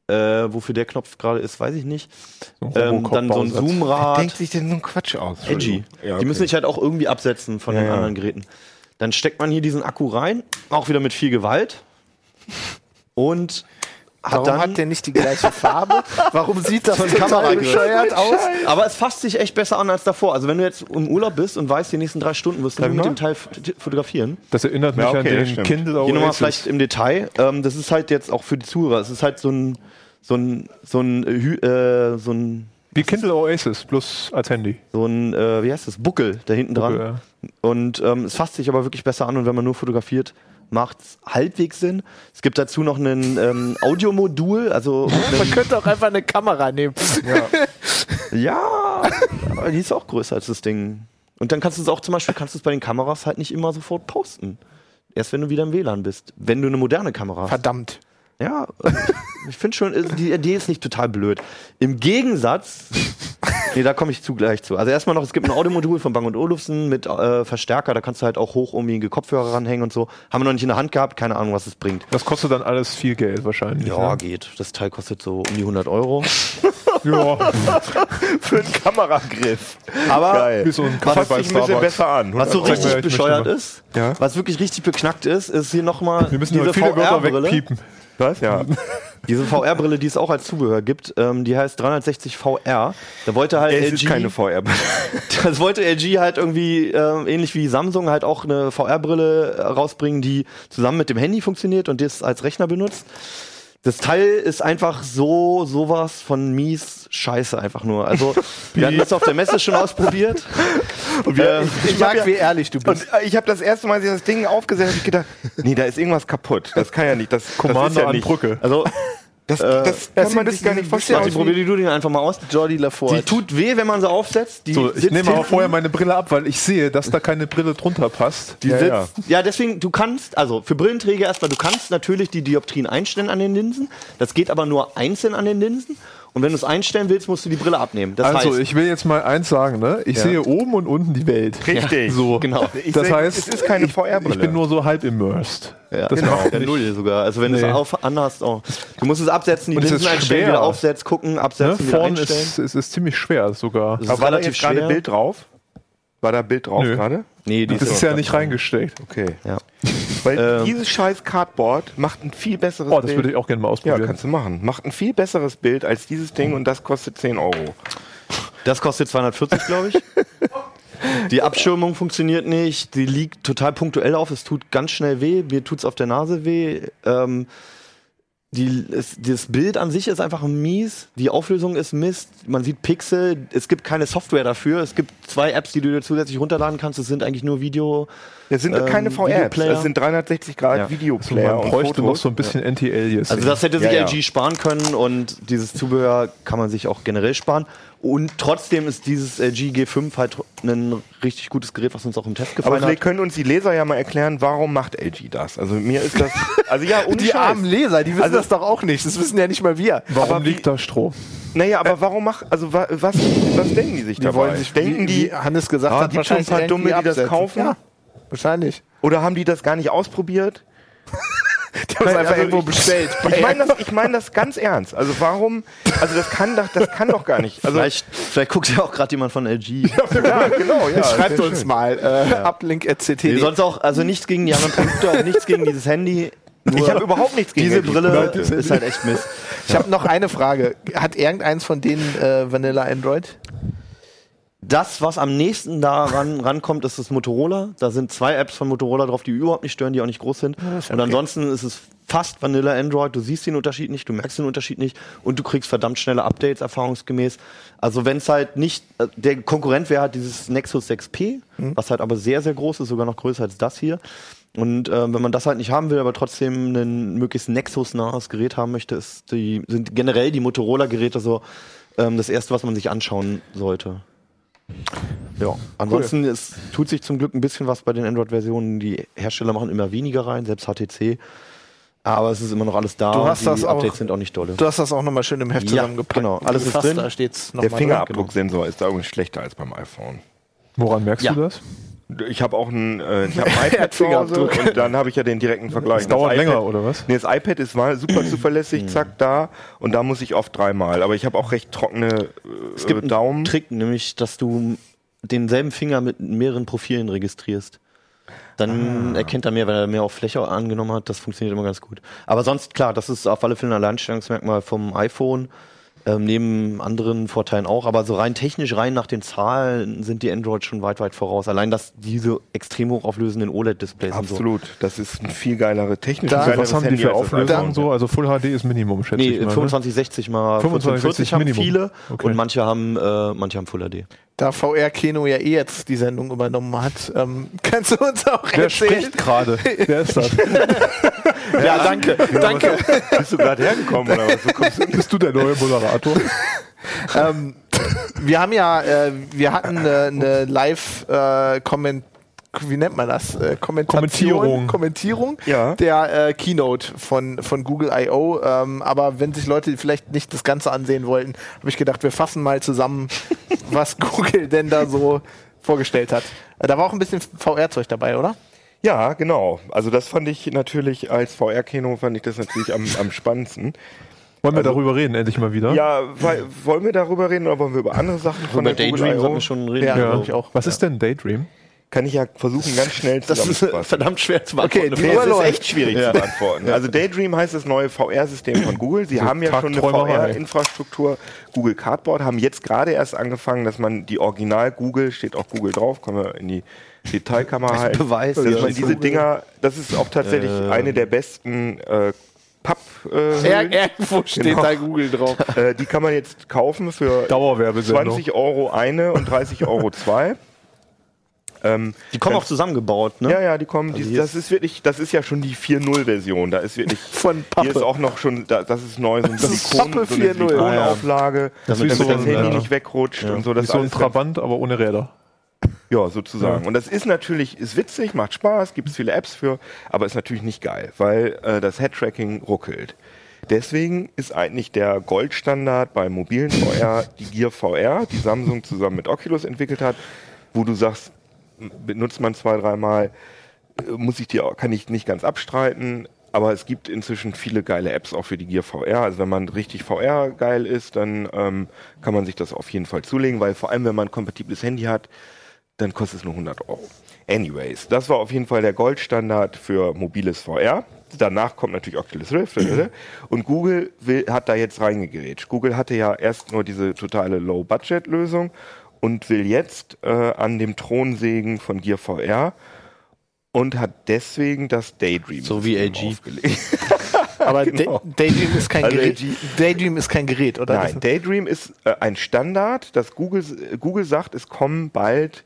Speaker 4: Äh, wofür der Knopf gerade ist, weiß ich nicht.
Speaker 3: So ein
Speaker 4: Ähm,
Speaker 3: Robocop-Bausatz.
Speaker 4: dann so ein Zoomrad.
Speaker 2: Denkt sich denn so ein Quatsch aus?
Speaker 4: Edgy.
Speaker 2: Entschuldigung. Ja,
Speaker 4: Die
Speaker 2: okay.
Speaker 4: müssen sich halt auch irgendwie absetzen von den
Speaker 2: ja.
Speaker 4: anderen Geräten. Dann steckt man hier diesen Akku rein, auch wieder mit viel Gewalt. Und hat
Speaker 1: Warum
Speaker 4: dann
Speaker 1: hat der nicht die gleiche
Speaker 4: *laughs*
Speaker 1: Farbe? Warum sieht das total
Speaker 4: Kamera-
Speaker 1: bescheuert aus?
Speaker 4: Aber es fasst sich echt besser an als davor. Also wenn du jetzt im Urlaub bist und weißt, die nächsten drei Stunden wirst du nur mit
Speaker 2: mal.
Speaker 4: dem Teil fot- fotografieren.
Speaker 3: Das erinnert mich
Speaker 2: Ja, okay,
Speaker 3: an
Speaker 2: das
Speaker 3: den
Speaker 2: stimmt.
Speaker 3: Kindle
Speaker 4: Hier nochmal
Speaker 3: Oasis.
Speaker 4: vielleicht im Detail. Ähm, das ist halt jetzt auch für die Zuhörer. Es ist halt so ein so ein so ein äh, Hü- äh, so ein
Speaker 3: Wie Kindle Oasis, bloß als Handy.
Speaker 4: so ein äh, wie heißt das Buckel da hinten dran.
Speaker 3: Buckel,
Speaker 4: Und ähm, es fasst sich aber wirklich besser an und wenn man nur fotografiert macht's halbwegs Sinn. Es gibt dazu noch ein ähm, Audiomodul,
Speaker 3: *laughs*
Speaker 4: also
Speaker 1: Man könnte auch einfach eine Kamera nehmen.
Speaker 4: Ja, aber die ist auch größer als das Ding. Und dann kannst du es auch zum Beispiel, kannst du es bei den Kameras halt nicht immer sofort posten. Erst wenn du wieder im WLAN bist. Wenn du eine moderne Kamera hast.
Speaker 1: Verdammt.
Speaker 4: also Ja, äh, ich finde schon, äh, die Idee ist nicht total blöd. Im Gegensatz Nee, da komme ich zugleich zu. Also erstmal noch, es gibt ein Audiomodul von Bang Olufsen mit äh, Verstärker, da kannst du halt auch hoch um die Kopfhörer ranhängen und so. Haben wir noch nicht in der Hand gehabt, keine Ahnung, was es bringt.
Speaker 3: Das kostet dann alles viel Geld wahrscheinlich.
Speaker 4: Ja, *laughs*
Speaker 3: ne?
Speaker 4: geht. Das Teil kostet so um die 100
Speaker 3: *laughs*
Speaker 4: Euro.
Speaker 3: ja.
Speaker 2: Für einen *laughs* Kameragriff.
Speaker 4: Aber
Speaker 3: Wie so ein Kaffee
Speaker 2: Fasst
Speaker 3: bei
Speaker 2: dich ein bisschen
Speaker 3: Starbucks.
Speaker 2: besser an.
Speaker 4: was so
Speaker 2: 100
Speaker 4: richtig
Speaker 2: Euro.
Speaker 3: Zeig mir, ich möchte
Speaker 4: bescheuert
Speaker 3: mal.
Speaker 4: ist,
Speaker 2: Ja.
Speaker 4: was wirklich richtig beknackt ist, ist hier nochmal
Speaker 3: Wir müssen heute viele Wörter wegpiepen.
Speaker 2: Was? Ja.
Speaker 4: Diese VR-Brille, die es auch als Zubehör gibt, ähm, die heißt 360 VR. Da wollte halt
Speaker 2: Es
Speaker 4: LG,
Speaker 2: ist keine VR.
Speaker 4: *laughs* das wollte LG halt irgendwie ähm, ähnlich wie Samsung halt auch eine VR-Brille rausbringen, die zusammen mit dem Handy funktioniert und das als Rechner benutzt. Das Teil ist einfach so sowas von mies Scheiße einfach nur.
Speaker 3: *laughs*
Speaker 4: Also wir hatten das auf der Messe schon ausprobiert. Ähm,
Speaker 1: Äh, ich mag,
Speaker 2: ja-
Speaker 1: wie ehrlich du bist.
Speaker 2: Und äh, ich habe das erste Mal, als ich das Ding aufgesetzt habe,
Speaker 4: *laughs*
Speaker 2: ich gedacht, nee, da ist irgendwas kaputt. Das kann ja nicht. Das, das ist
Speaker 3: Commander
Speaker 2: ja
Speaker 3: an
Speaker 2: nicht.
Speaker 3: Brücke.
Speaker 4: Also
Speaker 2: Das,
Speaker 4: Äh,
Speaker 2: das
Speaker 1: das
Speaker 2: kann man
Speaker 1: sieht
Speaker 2: sich
Speaker 1: ein
Speaker 2: gar
Speaker 1: bisschen- bisschen
Speaker 2: nicht vorstellen.
Speaker 1: aus
Speaker 4: die probier die du den einfach mal aus.
Speaker 1: Jordi Halt
Speaker 4: Die
Speaker 1: Lafort.
Speaker 4: tut weh, wenn man sie aufsetzt. Die
Speaker 3: So, ich
Speaker 4: sitzt
Speaker 3: nehme aber
Speaker 4: hinten.
Speaker 3: vorher meine Brille ab, weil ich sehe, dass da keine Brille drunter passt.
Speaker 4: Die
Speaker 2: Ja,
Speaker 4: sitzt.
Speaker 2: ja.
Speaker 4: Ja. deswegen, du kannst, also für Brillenträger erstmal, du kannst natürlich die Dioptrien einstellen an den Linsen. Das geht aber nur einzeln an den Linsen. Und wenn du es einstellen willst, musst du die Brille abnehmen. Das
Speaker 3: also,
Speaker 4: heißt,
Speaker 3: ich will jetzt mal eins sagen, ne? Ich sehe oben und unten die Welt.
Speaker 2: Richtig.
Speaker 3: So,
Speaker 4: genau.
Speaker 2: Ich
Speaker 3: das
Speaker 2: sag,
Speaker 3: heißt,
Speaker 2: es ist keine
Speaker 3: ich,
Speaker 2: VR-Brille.
Speaker 3: ich bin nur so halb immersed. ne?
Speaker 4: ja,
Speaker 3: das
Speaker 4: genau.
Speaker 3: macht
Speaker 4: Der
Speaker 3: nicht.
Speaker 4: Null sogar. Also wenn du
Speaker 3: Nee.
Speaker 4: es auf, anhast, auch. Du musst es absetzen, die
Speaker 3: Und es
Speaker 4: Linsen
Speaker 3: ist
Speaker 4: einstellen,
Speaker 3: schwer.
Speaker 4: wieder aufsetzt, gucken,
Speaker 3: Ne?
Speaker 4: absetzen, wieder
Speaker 3: Vorne
Speaker 4: einstellen.
Speaker 3: ist es ist ziemlich schwer sogar.
Speaker 4: Das
Speaker 2: Aber war da
Speaker 4: relativ
Speaker 2: jetzt gerade
Speaker 4: schwer.
Speaker 2: Bild drauf? War da Bild drauf
Speaker 3: Nö.
Speaker 2: gerade?
Speaker 4: nee, die
Speaker 3: Das ist
Speaker 4: ja.
Speaker 3: ja nicht reingesteckt.
Speaker 2: Okay.
Speaker 4: *laughs* ja.
Speaker 2: Weil
Speaker 4: Ähm.
Speaker 2: dieses scheiß Cardboard macht ein viel besseres
Speaker 3: Oh, das würde
Speaker 2: Bild.
Speaker 3: ich auch gerne mal
Speaker 2: ja,
Speaker 3: ausprobieren.
Speaker 2: kannst du machen. Macht ein viel besseres Bild als dieses Ding und das kostet 10 Euro.
Speaker 4: Das kostet 240, glaube
Speaker 2: *laughs*
Speaker 4: ich. Die Abschirmung funktioniert nicht, die liegt total punktuell auf, es tut ganz schnell weh, mir tut's auf der Nase weh. Ähm, die, es, das Bild an sich ist einfach mies, die Auflösung ist Mist, man sieht Pixel, es gibt keine Software dafür, es gibt zwei Apps, die du dir zusätzlich runterladen kannst, es sind eigentlich nur Video.
Speaker 2: Das sind
Speaker 4: Ähm,
Speaker 2: keine VR-Apps,
Speaker 4: Videoplayer.
Speaker 2: das sind 360 Grad
Speaker 4: Ja.
Speaker 2: Videoplayer
Speaker 3: Also Man bräuchte noch so ein bisschen Anti-Alias.
Speaker 4: Also das hätte sich
Speaker 2: Ja, ja.
Speaker 4: LG sparen können und dieses Zubehör kann man sich auch generell sparen. Und trotzdem ist dieses LG G5 halt ein richtig gutes Gerät, was uns auch im Test
Speaker 2: Aber
Speaker 4: gefallen
Speaker 2: vielleicht
Speaker 4: hat.
Speaker 2: können uns die Leser ja mal erklären, warum macht LG das? Also mir
Speaker 4: *laughs*
Speaker 2: ist das, also ja, ohne
Speaker 1: Die
Speaker 2: Scheiß.
Speaker 1: armen Leser, die wissen
Speaker 2: Also-
Speaker 1: das doch auch nicht. Das wissen ja nicht mal wir.
Speaker 3: Warum
Speaker 2: aber wie-
Speaker 3: liegt da Strom?
Speaker 2: Naja, aber warum macht, also wa, was, was denken die sich
Speaker 1: Die
Speaker 2: dabei?
Speaker 1: wollen sich,
Speaker 2: denken
Speaker 1: wie,
Speaker 2: die,
Speaker 1: wie Hannes gesagt
Speaker 2: ah,
Speaker 1: hat,
Speaker 2: gibt schon ein
Speaker 1: wahrscheinlich
Speaker 2: paar Dumme,
Speaker 1: irgendwie
Speaker 2: die das
Speaker 1: absetzen.
Speaker 2: kaufen?
Speaker 1: Ja, wahrscheinlich.
Speaker 2: Oder haben die das gar nicht ausprobiert?
Speaker 1: *laughs*
Speaker 2: Also
Speaker 1: Die haben es einfach irgendwo bestellt.
Speaker 2: Ich meine das, ich mein das ganz ernst. Also warum, also das kann doch, das kann doch gar nicht. Also
Speaker 4: Vielleicht, vielleicht guckt ja auch gerade jemand von LG.
Speaker 2: *laughs* *laughs* ja, genau, ja.
Speaker 1: Schreibt uns mal. Äh, Uplink at
Speaker 4: Nee,
Speaker 1: CT.
Speaker 4: sonst auch, also nichts gegen die anderen Produkte, *laughs* auch nichts gegen dieses Handy. Nur
Speaker 2: Ich habe überhaupt nichts gegen
Speaker 4: diese
Speaker 2: LG
Speaker 4: Brille
Speaker 2: Produkte.
Speaker 4: ist halt echt Mist.
Speaker 1: Ich habe noch eine Frage. Hat irgendeins von denen äh, Vanilla Android?
Speaker 4: Das, was am nächsten daran rankommt, ist das Motorola. Da sind zwei Apps von Motorola drauf, die überhaupt nicht stören, die auch nicht groß sind. Und ansonsten ist es fast Vanilla Android. Du siehst den Unterschied nicht, du merkst den Unterschied nicht und du kriegst verdammt schnelle Updates erfahrungsgemäß. Also wenn es halt nicht, äh, der Konkurrent wäre halt dieses Nexus 6P, was halt aber sehr, sehr groß ist, sogar noch größer als das hier. Und äh, wenn man das halt nicht haben will, aber trotzdem ein möglichst Nexus-nahes Gerät haben möchte, ist die, sind generell die Motorola-Geräte so ähm, das Erste, was man sich anschauen sollte. Ja, ansonsten es tut sich zum Glück ein bisschen was bei den Android-Versionen. Die Hersteller machen immer weniger rein, selbst HTC. Aber es ist immer noch alles da.
Speaker 1: Du
Speaker 4: und
Speaker 1: hast
Speaker 4: die
Speaker 1: das auch-
Speaker 4: Updates sind auch nicht dolle.
Speaker 1: Du hast das auch nochmal schön im Heft
Speaker 4: Ja,
Speaker 1: zusammengepackt.
Speaker 4: genau. Alles ist
Speaker 1: Fast,
Speaker 4: drin.
Speaker 1: Da steht's noch
Speaker 2: Der
Speaker 1: mal
Speaker 2: Fingerabdrucksensor ist da übrigens schlechter als beim iPhone.
Speaker 3: Woran merkst
Speaker 4: Ja.
Speaker 3: du das?
Speaker 2: Ich habe auch ein, äh, ich hab ein iPad zu Hause
Speaker 1: Fingerabdruck.
Speaker 2: und dann habe ich ja den direkten Vergleich.
Speaker 3: Das dauert
Speaker 2: iPad,
Speaker 3: länger, oder was?
Speaker 2: Nee, das iPad ist mal super zuverlässig, zack, da und da muss ich oft dreimal. Aber ich habe auch recht trockene äh,
Speaker 4: Es gibt einen
Speaker 2: Daumen.
Speaker 4: Trick, nämlich, dass du denselben Finger mit mehreren Profilen registrierst. Dann erkennt er mehr, weil er mehr auf Fläche angenommen hat. Das funktioniert immer ganz gut. Aber sonst, klar, das ist auf alle Fälle ein Alleinstellungsmerkmal vom iPhone. Ähm, neben anderen Vorteilen auch, aber so rein technisch, rein nach den Zahlen sind die Android schon weit, weit voraus. Allein, dass diese extrem hochauflösenden OLED-Displays und so.
Speaker 2: Absolut, das ist ein viel geilere technische
Speaker 1: Da-
Speaker 3: Also was
Speaker 2: geileres
Speaker 3: haben die
Speaker 2: Handy
Speaker 3: für
Speaker 2: als das
Speaker 3: Auflösung
Speaker 2: iPhone.
Speaker 3: so? Also Full HD ist Minimum, schätze
Speaker 4: Nee,
Speaker 3: ich mal. ne?
Speaker 4: 2560 mal
Speaker 3: 25,
Speaker 4: 45 haben
Speaker 3: Minimum.
Speaker 4: viele
Speaker 3: Okay.
Speaker 4: und manche haben, äh, manche haben Full HD.
Speaker 1: Da VR Keno ja eh jetzt die Sendung übernommen hat, ähm, *laughs* kannst du uns auch
Speaker 3: Wer
Speaker 1: erzählen?
Speaker 4: *laughs*
Speaker 3: spricht gerade? Wer ist das?
Speaker 1: Ja, danke, danke.
Speaker 2: Bist du gerade hergekommen oder was? Wo kommst
Speaker 3: *laughs*
Speaker 2: du?
Speaker 3: Bist du der neue Moderator?
Speaker 1: ähm, wir haben ja, äh, wir hatten eine, eine Live-Kommentation wie nennt man das? Äh,
Speaker 3: Kommentierung.
Speaker 1: Kommentation- Kommentierung
Speaker 2: Ja.
Speaker 1: der äh, Keynote von, von Google I.O. Ähm, aber wenn sich Leute vielleicht nicht das Ganze ansehen wollten, habe ich gedacht, wir fassen mal zusammen, was Google denn da so vorgestellt hat. Äh, Da war auch ein bisschen VR-Zeug dabei, oder?
Speaker 2: Ja, genau. Also das fand ich natürlich als VR-Kino fand ich das natürlich am, am spannendsten.
Speaker 3: Wollen wir darüber reden, endlich mal wieder?
Speaker 2: Ja, weil, wollen wir darüber reden oder wollen wir über andere Sachen von
Speaker 4: Über
Speaker 2: der Google
Speaker 4: Daydream
Speaker 2: I.O.?
Speaker 4: sollten wir schon reden.
Speaker 1: Ja.
Speaker 3: Ja.
Speaker 1: glaub ich auch.
Speaker 3: Was ist denn Daydream?
Speaker 2: Kann ich ja versuchen, ganz schnell zusammenzufassen.
Speaker 4: verdammt schwer zu
Speaker 1: Okay,
Speaker 4: beantworten.
Speaker 1: die
Speaker 2: Nee, es ist
Speaker 1: Urlaub.
Speaker 2: echt schwierig zu beantworten. Also Daydream heißt das neue VR-System von Google. Sie haben ja schon eine
Speaker 3: Tagträumerei.
Speaker 2: VR-Infrastruktur. Google Cardboard haben jetzt gerade erst angefangen, dass man die Original Google, steht auch Google drauf, können wir in die Detailkamera halten.
Speaker 4: Beweis,
Speaker 2: dass
Speaker 4: ja.
Speaker 2: man diese Dinger, das ist auch tatsächlich eine der besten äh, Papp, äh, Höhlen.
Speaker 1: Irgendwo steht
Speaker 2: Genau.
Speaker 1: da Google drauf.
Speaker 2: *laughs* äh, die kann man jetzt kaufen für
Speaker 3: Dauerwerbesendung.
Speaker 2: 20 Euro eine und 30 Euro zwei. Ähm,
Speaker 4: die kommen auch zusammengebaut, ne?
Speaker 2: ja, ja, die kommen. die,
Speaker 4: hier
Speaker 2: das ist wirklich, das ist ja schon die 4.0-Version. Da ist
Speaker 4: *laughs*
Speaker 2: wirklich.
Speaker 1: Von
Speaker 2: Hier
Speaker 1: Pappe.
Speaker 2: ist auch noch schon, da, das ist neu, so ein
Speaker 1: ist
Speaker 2: Silikon,
Speaker 1: Pappe
Speaker 2: so eine
Speaker 1: 4.0.
Speaker 2: Silikonauflage,
Speaker 4: Das
Speaker 2: damit
Speaker 4: ist
Speaker 2: das
Speaker 4: wie so
Speaker 2: Handy
Speaker 4: ein, ja.
Speaker 2: nicht wegrutscht und so. Oh, Das
Speaker 3: Das so ein
Speaker 2: alles ganz-
Speaker 3: Trabant, aber ohne Räder.
Speaker 2: ja, sozusagen.
Speaker 3: Ja.
Speaker 2: Und das ist natürlich, ist witzig, macht Spaß, gibt es viele Apps für, aber ist natürlich nicht geil, weil äh, das Headtracking ruckelt. Deswegen ist eigentlich der Goldstandard bei mobilen VR die Gear VR, die Samsung zusammen mit Oculus entwickelt hat, wo du sagst, m- benutzt man zwei, dreimal, äh, muss ich dir, auch- kann ich nicht ganz abstreiten. Aber es gibt inzwischen viele geile Apps auch für die Gear VR. Also wenn man richtig VR geil ist, dann ähm, kann man sich das auf jeden Fall zulegen, weil vor allem wenn man ein kompatibles Handy hat, dann kostet es nur 100 Euro. Anyways, das war auf jeden Fall der Goldstandard für mobiles VR. Danach kommt natürlich Oculus Rift äh, und Google will, hat da jetzt reingegrätscht. Google hatte ja erst nur diese totale Low-Budget-Lösung und will jetzt äh, an dem Thron sägen von Gear VR und hat deswegen das Daydream
Speaker 4: So wie
Speaker 2: System
Speaker 4: LG.
Speaker 2: aufgelegt.
Speaker 1: Aber Day Daydream ist kein
Speaker 2: Also
Speaker 1: Gerät.
Speaker 2: LG.
Speaker 1: Daydream ist kein Gerät, oder?
Speaker 2: Nein, Daydream ist äh, ein Standard, dass Google, äh, Google sagt, es kommen bald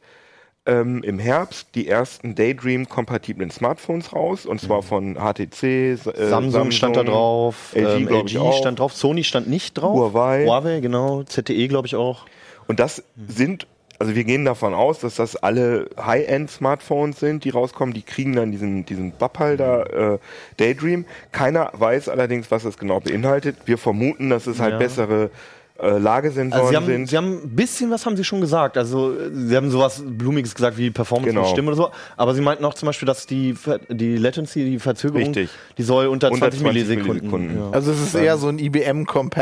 Speaker 2: ähm, im Herbst die ersten Daydream-kompatiblen Smartphones raus, und zwar von HTC, äh,
Speaker 4: Mhm. Samsung, stand da drauf,
Speaker 2: LG,
Speaker 4: ähm,
Speaker 2: glaub ich, auch.
Speaker 4: stand drauf, Sony stand nicht drauf,
Speaker 2: Huawei.
Speaker 4: Huawei genau, ZTE glaube ich auch.
Speaker 2: Und das
Speaker 4: Mhm.
Speaker 2: sind, also wir gehen davon aus, dass das alle High-End-Smartphones sind, die rauskommen. Die kriegen dann diesen, diesen Bappal da, äh, Daydream. Keiner weiß allerdings, was das genau beinhaltet. Wir vermuten, dass es halt
Speaker 4: Ja.
Speaker 2: bessere äh, Lagesensoren
Speaker 4: Also sie haben,
Speaker 2: sind.
Speaker 4: sie haben ein bisschen was haben sie schon gesagt. Also äh, sie haben sowas Blumiges gesagt wie Performance
Speaker 2: Genau.
Speaker 4: mit Stimme oder so. Aber sie meinten auch zum Beispiel, dass die, Ver- die Latency, die Verzögerung,
Speaker 2: Richtig.
Speaker 4: die soll unter 20,
Speaker 2: Unter 20
Speaker 4: Millisekunden.
Speaker 2: Millisekunden.
Speaker 4: Ja.
Speaker 1: Also es ist eher so ein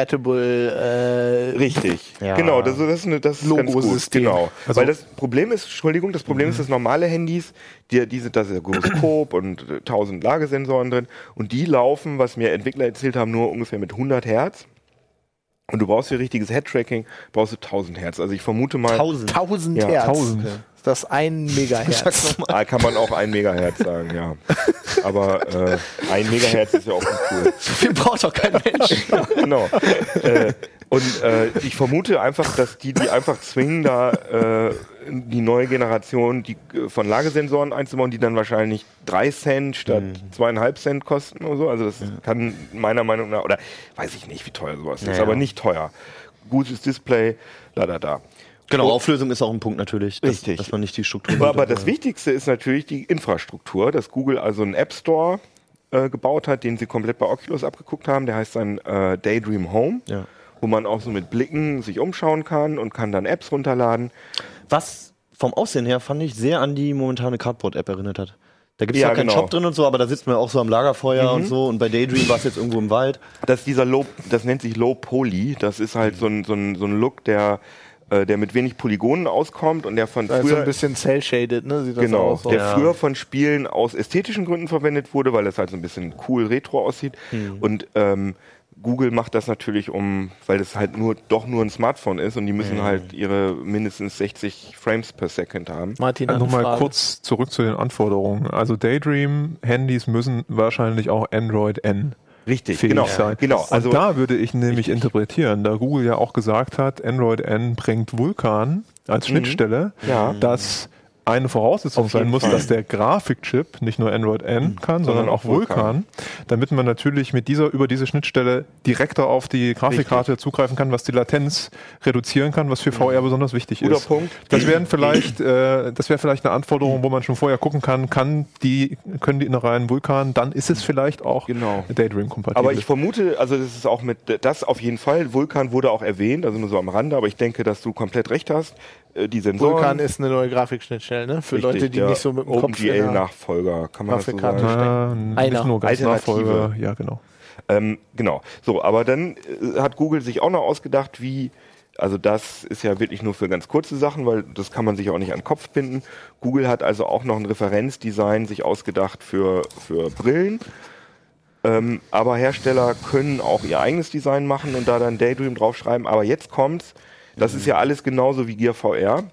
Speaker 1: IBM-compatible äh,
Speaker 2: Richtig.
Speaker 4: Ja.
Speaker 2: Genau, das, das ist, eine, das ist ganz gut.
Speaker 1: Logo-System.
Speaker 2: Genau.
Speaker 3: Also-
Speaker 2: Weil das Problem ist, Entschuldigung, das Problem ist, dass normale Handys, die, die sind das ist ja Gyroskop und äh, 1000 Lagesensoren drin und die laufen, was mir Entwickler erzählt haben, nur ungefähr mit 100 Hertz. Und du brauchst für richtiges Headtracking, brauchst du 1000 Hertz. Also ich vermute mal,
Speaker 4: 1000.
Speaker 1: 1000
Speaker 2: Ja,
Speaker 1: Hertz.
Speaker 3: 1000.
Speaker 1: Ist Das ein Megahertz.
Speaker 2: Ah, kann man auch ein Megahertz sagen, ja. Aber äh, ein Megahertz ist ja auch cool.
Speaker 4: So viel *laughs* braucht doch kein
Speaker 2: *laughs*
Speaker 4: Mensch.
Speaker 2: genau. äh, und äh, ich vermute einfach, dass die, die einfach zwingen, da äh, die neue Generation die, äh, von Lagesensoren einzubauen, die dann wahrscheinlich 3 Cent statt 2,5 Cent kosten oder so. Also das kann meiner Meinung nach, oder weiß ich nicht, wie teuer sowas ist,
Speaker 4: Naja.
Speaker 2: aber nicht teuer. Gutes Display, da da da.
Speaker 4: genau, Auflösung ist auch ein Punkt natürlich, dass,
Speaker 2: Richtig.
Speaker 4: dass man nicht die Struktur
Speaker 2: Aber, aber das Wichtigste ist natürlich die Infrastruktur, dass Google also einen App Store äh, gebaut hat, den sie komplett bei Oculus abgeguckt haben. Der heißt dann äh, Daydream Home,
Speaker 4: Ja.
Speaker 2: wo man auch so mit Blicken sich umschauen kann und kann dann Apps runterladen.
Speaker 4: was vom Aussehen her fand ich sehr an die momentane Cardboard-App erinnert hat. Da gibt es
Speaker 2: Ja,
Speaker 4: ja, keinen
Speaker 2: genau. Mhm.
Speaker 4: Shop drin und so, aber da sitzt man ja auch so am Lagerfeuer und so. Und bei Daydream war es jetzt irgendwo im Wald.
Speaker 2: dass dieser Low, das nennt sich Low Poly, das ist halt so ein, so ein, so ein Look, der, äh, der mit wenig Polygonen auskommt und der von
Speaker 1: Das ist so ein
Speaker 2: früher,
Speaker 1: bisschen cell-shaded, ne? Sieht das
Speaker 2: genau,
Speaker 1: aus. so.
Speaker 2: der
Speaker 4: Ja.
Speaker 2: früher von Spielen aus ästhetischen Gründen verwendet wurde, weil das halt so ein bisschen cool retro aussieht und ähm, Google macht das natürlich um, weil das halt nur doch nur ein Smartphone ist und die müssen halt ihre mindestens 60 Frames per Second haben.
Speaker 1: Martin,
Speaker 3: Dann nochmal
Speaker 1: Anfrage.
Speaker 3: kurz zurück zu den Anforderungen. Also Daydream-Handys müssen wahrscheinlich auch Android N
Speaker 2: Richtig,
Speaker 3: fähig
Speaker 2: genau,
Speaker 3: sein.
Speaker 2: genau.
Speaker 3: Also
Speaker 2: Also
Speaker 3: Und da würde ich nämlich interpretieren, da Google ja auch gesagt hat, Android N bringt Vulkan als Schnittstelle,
Speaker 2: Mhm. Ja.
Speaker 3: dass eine Voraussetzung
Speaker 2: Auf
Speaker 3: sein
Speaker 2: jeden
Speaker 3: muss,
Speaker 2: Fall. Mhm.
Speaker 3: dass der Grafikchip nicht nur Android N kann, sondern auch Vulkan, damit man natürlich mit dieser, über diese Schnittstelle direkter auf die Grafikkarte zugreifen kann, was die Latenz reduzieren kann, was für VR besonders wichtig
Speaker 2: Mhm. Guter
Speaker 3: ist.
Speaker 2: Punkt.
Speaker 3: Das wären vielleicht, äh, das wäre vielleicht eine Anforderung, wo man schon vorher gucken kann, kann die, können die Innereien Vulkan, dann ist es vielleicht auch
Speaker 2: Mhm. Genau.
Speaker 3: Daydream-kompatibel.
Speaker 2: Aber ich vermute, also das ist auch mit, das auf jeden Fall, Vulkan wurde auch erwähnt, also nur so am Rande, aber ich denke, dass du komplett recht hast. Äh, Die Sensoren.
Speaker 1: Vulkan ist eine neue Grafikschnittstelle, ne? Für Leute, die
Speaker 2: der
Speaker 1: nicht so mit dem Kopf in der-
Speaker 2: OpenGL-Nachfolger, kann man das so
Speaker 1: Grafikkarte
Speaker 2: sagen.
Speaker 3: äh, nicht
Speaker 1: Einer.
Speaker 3: nur ganz
Speaker 2: Alternative.
Speaker 3: Nachfolger, ja genau.
Speaker 2: Ähm, genau. So, aber dann äh, hat Google sich auch noch ausgedacht, wie, also das ist ja wirklich nur für ganz kurze Sachen, weil das kann man sich auch nicht an den Kopf binden. Google hat also auch noch ein Referenzdesign sich ausgedacht für, für Brillen. Ähm, aber Hersteller können auch ihr eigenes Design machen und da dann Daydream draufschreiben. Aber jetzt kommt's. Das ist ja alles genauso wie Gear VR.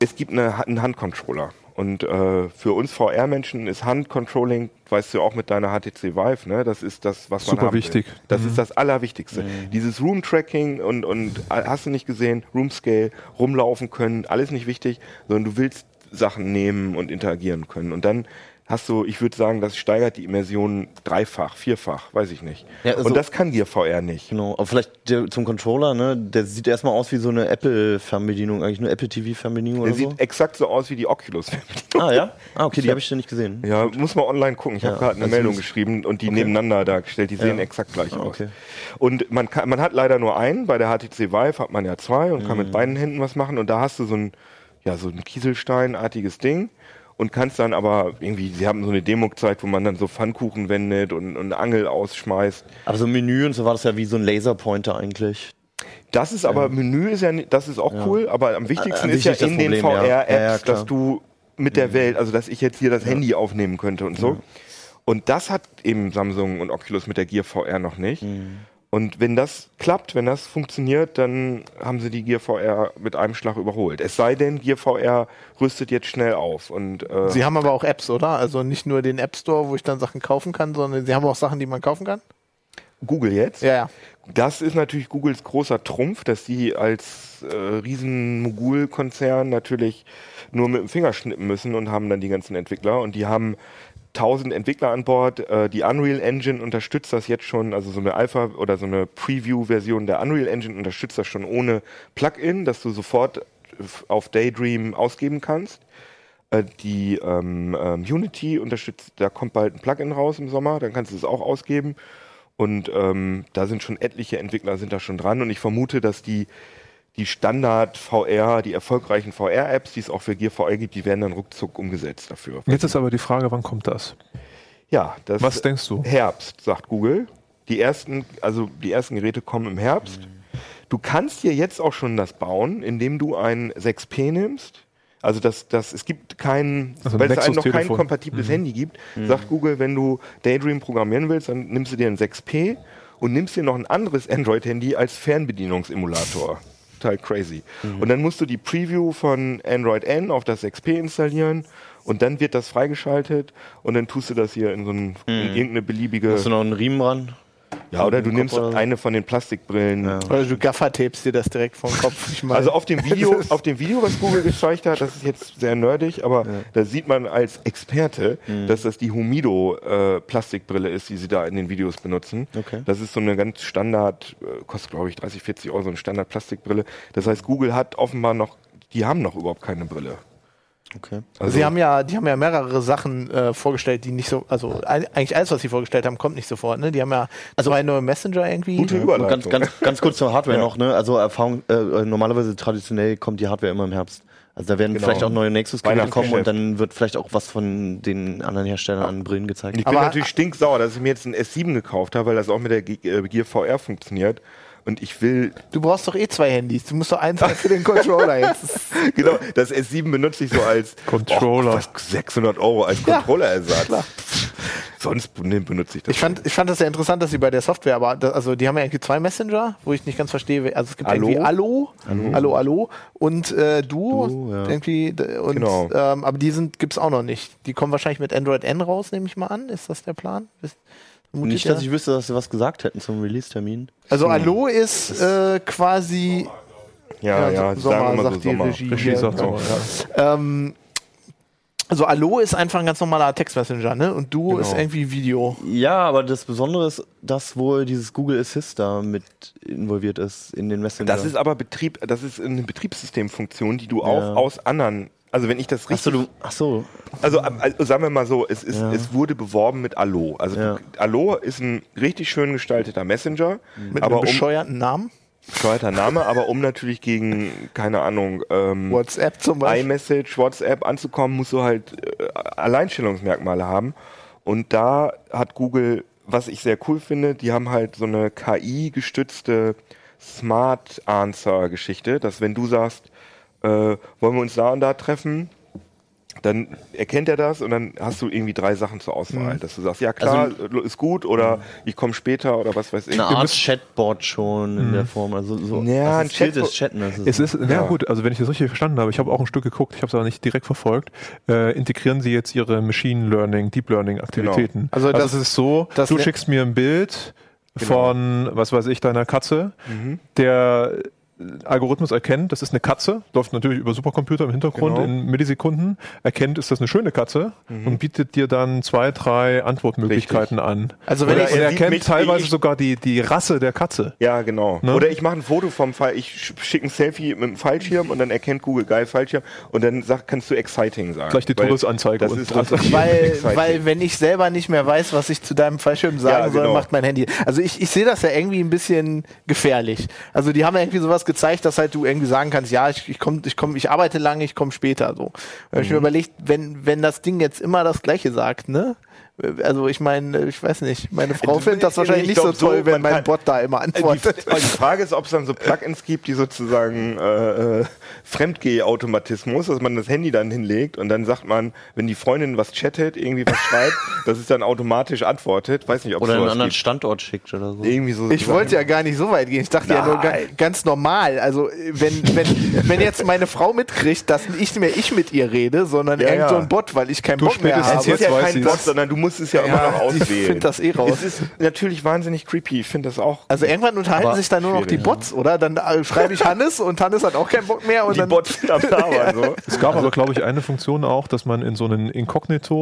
Speaker 2: Es gibt eine, Ha- einen Handcontroller. Und äh, für uns VR-Menschen ist Handcontrolling, weißt du auch mit deiner HTC Vive, ne? Das ist das, was man
Speaker 3: Super
Speaker 2: haben
Speaker 3: wichtig.
Speaker 2: Will. Das
Speaker 4: Mhm.
Speaker 2: ist das Allerwichtigste. Dieses Room-Tracking und, und äh, hast du nicht gesehen, Room-Scale, rumlaufen können, alles nicht wichtig, sondern du willst Sachen nehmen und interagieren können. Und dann hast du, ich würde sagen, das steigert die Immersion dreifach, vierfach, weiß ich nicht.
Speaker 4: Ja, also-
Speaker 2: und das kann dir VR nicht.
Speaker 4: Genau, aber vielleicht der, zum Controller, ne? Der sieht erstmal aus wie so eine Apple-Fernbedienung, eigentlich eine Apple TV-Fernbedienung oder
Speaker 2: Der sieht
Speaker 4: so.
Speaker 2: exakt so aus wie die Oculus.
Speaker 4: Ah ja? Ah, okay, die habe ich denn nicht gesehen.
Speaker 2: Ja, muss man online gucken. Ich hab
Speaker 4: Ja,
Speaker 2: habe gerade eine
Speaker 4: also
Speaker 2: Meldung
Speaker 4: ist-
Speaker 2: geschrieben und die nebeneinander dargestellt. Die sehen exakt gleich aus.
Speaker 4: okay.
Speaker 2: Und man, kann, man hat leider nur einen. Bei der HTC Vive hat man ja zwei und kann
Speaker 4: Mhm.
Speaker 2: mit beiden Händen was machen. Und da hast du so ein, ja, so ein Kieselsteinartiges Ding und kannst dann aber irgendwie, sie haben so eine Demo gezeigt, wo man dann so Pfannkuchen wendet und, und eine Angel ausschmeißt.
Speaker 4: Aber so ein Menü und so war das ja wie so ein Laserpointer eigentlich.
Speaker 2: Das ist aber, Menü ist ja, ni- das ist auch cool, aber am wichtigsten
Speaker 4: Äh, an
Speaker 2: ist
Speaker 4: sich
Speaker 2: ja
Speaker 4: nicht das
Speaker 2: in den
Speaker 4: Problem, ja.
Speaker 2: VR-Apps,
Speaker 4: Ja, ja, klar. Mhm.
Speaker 2: dass du mit der Welt, also dass ich jetzt hier das Handy aufnehmen könnte und so. Und das hat eben Samsung und Oculus mit der Gear VR noch nicht.
Speaker 4: Mhm.
Speaker 2: Und wenn das klappt, wenn das funktioniert, dann haben sie die Gear VR mit einem Schlag überholt. Es sei denn, Gear VR rüstet jetzt schnell auf. Und, äh,
Speaker 1: Sie haben aber auch Apps, oder? Also nicht nur den App Store, wo ich dann Sachen kaufen kann, sondern sie haben auch Sachen, die man kaufen kann.
Speaker 2: Google jetzt.
Speaker 1: Ja, ja.
Speaker 2: Das ist natürlich Googles großer Trumpf, dass sie als äh, Riesen-Mogul-Konzern natürlich nur mit dem Finger schnippen müssen und haben dann die ganzen Entwickler. Und die haben 1000 Entwickler an Bord. Äh, die Unreal Engine unterstützt das jetzt schon, also so eine Alpha- oder so eine Preview-Version der Unreal Engine unterstützt das schon ohne Plugin, dass du sofort f- auf Daydream ausgeben kannst. Äh, die ähm, ähm, Unity unterstützt, da kommt bald ein Plugin raus im Sommer, dann kannst du es auch ausgeben. Und ähm, da sind schon etliche Entwickler sind da schon dran. Und ich vermute, dass die, die Standard-VR, die erfolgreichen VR-Apps, die es auch für Gear VR gibt, die werden dann ruckzuck umgesetzt dafür.
Speaker 3: Jetzt ist aber die Frage, wann kommt das?
Speaker 2: Ja, das
Speaker 3: Was denkst du?
Speaker 2: Herbst, sagt Google. Die ersten, also die ersten Geräte kommen im Herbst. Du kannst dir jetzt auch schon das bauen, indem du ein 6P nimmst. Also das, das, es gibt keinen,
Speaker 3: Also ein
Speaker 2: weil es einem noch kein
Speaker 3: Nexus-Telefon.
Speaker 2: kompatibles
Speaker 4: Mhm.
Speaker 2: Handy gibt, sagt Google, wenn du Daydream programmieren willst, dann nimmst du dir ein 6P und nimmst dir noch ein anderes Android-Handy als Fernbedienungsemulator. Total crazy.
Speaker 4: Mhm.
Speaker 2: Und dann musst du die Preview von Android N auf das 6P installieren und dann wird das freigeschaltet und dann tust du das hier in so ein, in irgendeine beliebige.
Speaker 4: Hast Mhm. du noch einen Riemen ran?
Speaker 2: Ja, oder du
Speaker 4: Kopf
Speaker 2: nimmst
Speaker 4: oder so?
Speaker 2: eine von den Plastikbrillen.
Speaker 1: Oder du gaffertapest Also dir das direkt vom Kopf. Ich meine,
Speaker 2: Also auf dem Video, auf dem Video, was Google gezeigt hat, das ist jetzt sehr nerdig, aber da sieht man als Experte, dass das die Humido äh, Plastikbrille ist, die sie da in den Videos benutzen.
Speaker 4: Okay.
Speaker 2: Das ist so eine ganz Standard, äh, kostet glaube ich 30, 40 Euro, so eine Standard Plastikbrille. Das heißt, Google hat offenbar noch, die haben noch überhaupt keine Brille.
Speaker 4: Okay.
Speaker 2: Also-
Speaker 1: sie haben ja, die haben ja mehrere Sachen äh, vorgestellt, die nicht so, also ein, eigentlich alles, was sie vorgestellt haben, kommt nicht sofort. Ne? Die haben ja zwei neue Messenger irgendwie.
Speaker 2: Gute
Speaker 4: Und
Speaker 2: Überleitung.
Speaker 4: Ganz, ganz, ganz kurz zur *laughs* Hardware
Speaker 2: Ja.
Speaker 4: noch, ne? Also Erfahrung, äh, äh, normalerweise traditionell kommt die Hardware immer im Herbst. Also da werden
Speaker 2: Genau.
Speaker 4: vielleicht auch neue Nexus-Geräte kommen und
Speaker 2: Weihnachtsgeschäft.
Speaker 4: dann wird vielleicht auch was von den anderen Herstellern an Brillen gezeigt.
Speaker 2: Ich bin
Speaker 1: Aber-
Speaker 2: natürlich stinksauer, dass ich mir jetzt ein S7 gekauft habe, weil das auch mit der G äh, Gear VR funktioniert. Und ich will,
Speaker 1: Du brauchst doch eh zwei Handys. Du musst doch eins haben für den Controller jetzt.
Speaker 2: genau, das S7 benutze ich so als Oh,
Speaker 3: Controller.
Speaker 2: was, 600 Euro als
Speaker 1: Ja,
Speaker 2: Controllerersatz. Sonst ne, benutze ich das.
Speaker 1: Ich fand, ich fand das sehr interessant, dass sie bei der Software, aber das, also die haben ja irgendwie zwei Messenger, wo ich nicht ganz verstehe. wer- Also es gibt
Speaker 2: Allo?
Speaker 1: irgendwie Allo, Allo, Allo, und äh, Duo, irgendwie. d- Und,
Speaker 2: Genau.
Speaker 1: ähm, aber die sind gibt's auch noch nicht. Die kommen wahrscheinlich mit Android N raus, nehme ich mal an. Ist das der Plan? Ist, vermutlich
Speaker 4: Nicht,
Speaker 1: ja.
Speaker 4: dass ich wüsste, dass sie was gesagt hätten zum Release-Termin.
Speaker 1: also Allo ist äh, quasi
Speaker 2: Ja, ja,
Speaker 1: so-
Speaker 2: sie sagen
Speaker 1: Sommer,
Speaker 2: immer so
Speaker 1: sagt
Speaker 2: Sommer.
Speaker 1: die Regie.
Speaker 3: Regie
Speaker 1: hier.
Speaker 3: sagt
Speaker 2: genau.
Speaker 3: so, ja.
Speaker 1: Ähm, also Allo ist einfach ein ganz normaler Textmessenger, ne? Und Duo ist
Speaker 2: Genau.
Speaker 1: irgendwie Video.
Speaker 4: Ja, aber das Besondere ist, dass wohl dieses Google Assist da mit involviert ist in den Messenger.
Speaker 2: Das ist aber Betrieb, das ist eine Betriebssystemfunktion, die du
Speaker 4: Ja.
Speaker 2: auch aus anderen, also wenn ich das
Speaker 4: ach so,
Speaker 2: richtig,
Speaker 4: du, ach so.
Speaker 2: also, ähm, also sagen wir mal so, es ist,
Speaker 4: Ja.
Speaker 2: es wurde beworben mit Allo. Also
Speaker 4: Ja.
Speaker 2: du, Allo ist ein richtig schön gestalteter Messenger,
Speaker 1: Mit
Speaker 2: aber
Speaker 1: einem
Speaker 2: um
Speaker 1: bescheuerten Namen.
Speaker 2: bescheuerter Name, aber um natürlich gegen keine Ahnung ähm,
Speaker 1: WhatsApp zum Beispiel.
Speaker 2: iMessage, WhatsApp anzukommen, musst du halt äh, Alleinstellungsmerkmale haben. Und da hat Google, was ich sehr cool finde, die haben halt so eine KI-gestützte Smart Answer-Geschichte, dass wenn du sagst, äh, wollen wir uns da und da treffen, dann erkennt er das und dann hast du irgendwie drei Sachen zur Auswahl, dass du sagst, ja klar, ist gut oder ich komme später oder was weiß ich.
Speaker 4: Eine Art Chatbot schon in der Form. Also so
Speaker 2: Ja, ein
Speaker 4: assistiertes
Speaker 2: Chatbot-
Speaker 4: Chatten. Das ist
Speaker 3: Es ist, na
Speaker 2: Ja.
Speaker 3: gut, also wenn ich das richtig verstanden habe, ich habe auch ein Stück geguckt, ich habe es aber nicht direkt verfolgt, äh, integrieren Sie jetzt Ihre Machine Learning, Deep Learning Aktivitäten.
Speaker 1: Also
Speaker 3: Also,
Speaker 1: das-
Speaker 3: das, ist so,
Speaker 1: das
Speaker 3: du
Speaker 1: ne- Genau.
Speaker 3: schickst mir ein Bild von, was weiß ich, deiner Katze,
Speaker 1: Mhm.
Speaker 3: der Algorithmus erkennt, das ist eine Katze, läuft natürlich über Supercomputer im Hintergrund
Speaker 2: Genau.
Speaker 3: in Millisekunden, erkennt, ist das eine schöne Katze
Speaker 1: Mhm.
Speaker 3: und bietet dir dann zwei, drei Antwortmöglichkeiten an.
Speaker 1: Also wenn
Speaker 3: Oder
Speaker 1: ich-
Speaker 3: er
Speaker 2: er sieht
Speaker 3: erkennt
Speaker 2: mich-
Speaker 3: teilweise
Speaker 2: ich-
Speaker 3: sogar die, die Rasse der Katze.
Speaker 2: Ja, genau.
Speaker 3: Ne?
Speaker 2: Oder ich mache ein Foto vom Fall, ich sch- schicke ein Selfie mit dem Fallschirm und dann erkennt Google geil Fallschirm und dann sag, kannst du exciting sagen.
Speaker 3: Gleich die
Speaker 2: Weil
Speaker 3: Todesanzeige
Speaker 2: Das
Speaker 3: unten
Speaker 2: ist
Speaker 3: dran.
Speaker 2: representativ
Speaker 1: Weil,
Speaker 2: exciting.
Speaker 1: weil wenn ich selber nicht mehr weiß, was ich zu deinem Fallschirm sagen
Speaker 2: Ja,
Speaker 1: soll,
Speaker 2: genau.
Speaker 1: macht mein Handy. Also ich, ich sehe das ja irgendwie ein bisschen gefährlich. Also die haben ja irgendwie sowas gezeigt, dass halt du irgendwie sagen kannst, ja, ich, ich komm, ich komm, ich arbeite lange, ich komme später so. Da hab ich mir
Speaker 2: Mhm.
Speaker 1: überlegt, wenn, wenn das Ding jetzt immer das Gleiche sagt, ne? Also ich meine, ich weiß nicht, meine Frau
Speaker 2: Also,
Speaker 1: findet das
Speaker 2: ich
Speaker 1: wahrscheinlich nicht so
Speaker 2: glaub, so,
Speaker 1: toll, wenn
Speaker 2: man
Speaker 1: mein
Speaker 2: kann- Äh,
Speaker 1: Bot da immer
Speaker 2: die,
Speaker 1: antwortet.
Speaker 2: die Frage ist, ob es dann so Plugins gibt, die sozusagen äh, äh, Fremdgeh-Automatismus, dass man das Handy dann hinlegt und dann sagt man, wenn die Freundin was chattet, irgendwie was
Speaker 1: *laughs*
Speaker 2: schreibt, dass es dann automatisch antwortet. Weiß nicht, ob es
Speaker 4: oder einen
Speaker 2: sowas
Speaker 4: anderen
Speaker 2: gibt.
Speaker 4: Standort schickt oder so.
Speaker 2: Irgendwie so
Speaker 1: Ich wollte ja gar nicht so weit gehen. Ich dachte ja nur ga ganz normal. Also äh, wenn, wenn, wenn jetzt meine Frau mitkriegt, dass nicht mehr ich mit ihr rede, sondern
Speaker 2: Ja,
Speaker 1: irgend so
Speaker 2: ja.
Speaker 1: ein Bot, weil ich keinen
Speaker 3: Du
Speaker 1: Bock mehr
Speaker 3: spätestens
Speaker 1: habe.
Speaker 2: es ist ja
Speaker 3: Jetzt weiß
Speaker 2: kein
Speaker 3: sie's.
Speaker 2: Bot, sondern du musst es ja, immer noch
Speaker 1: ich
Speaker 2: auswählen.
Speaker 1: find das eh raus.
Speaker 2: Es ist natürlich wahnsinnig creepy. Ich finde das auch
Speaker 1: Also irgendwann unterhalten
Speaker 4: Aber
Speaker 1: sich dann nur noch die
Speaker 2: schwierig,
Speaker 1: Bots, oder? Dann äh, schreibe ich Hannes und Hannes hat auch keinen Bock mehr und
Speaker 2: die
Speaker 1: dann
Speaker 2: Bots da
Speaker 1: *laughs*
Speaker 2: waren so.
Speaker 3: Es gab aber, glaube ich, eine Funktion auch, dass man in so einen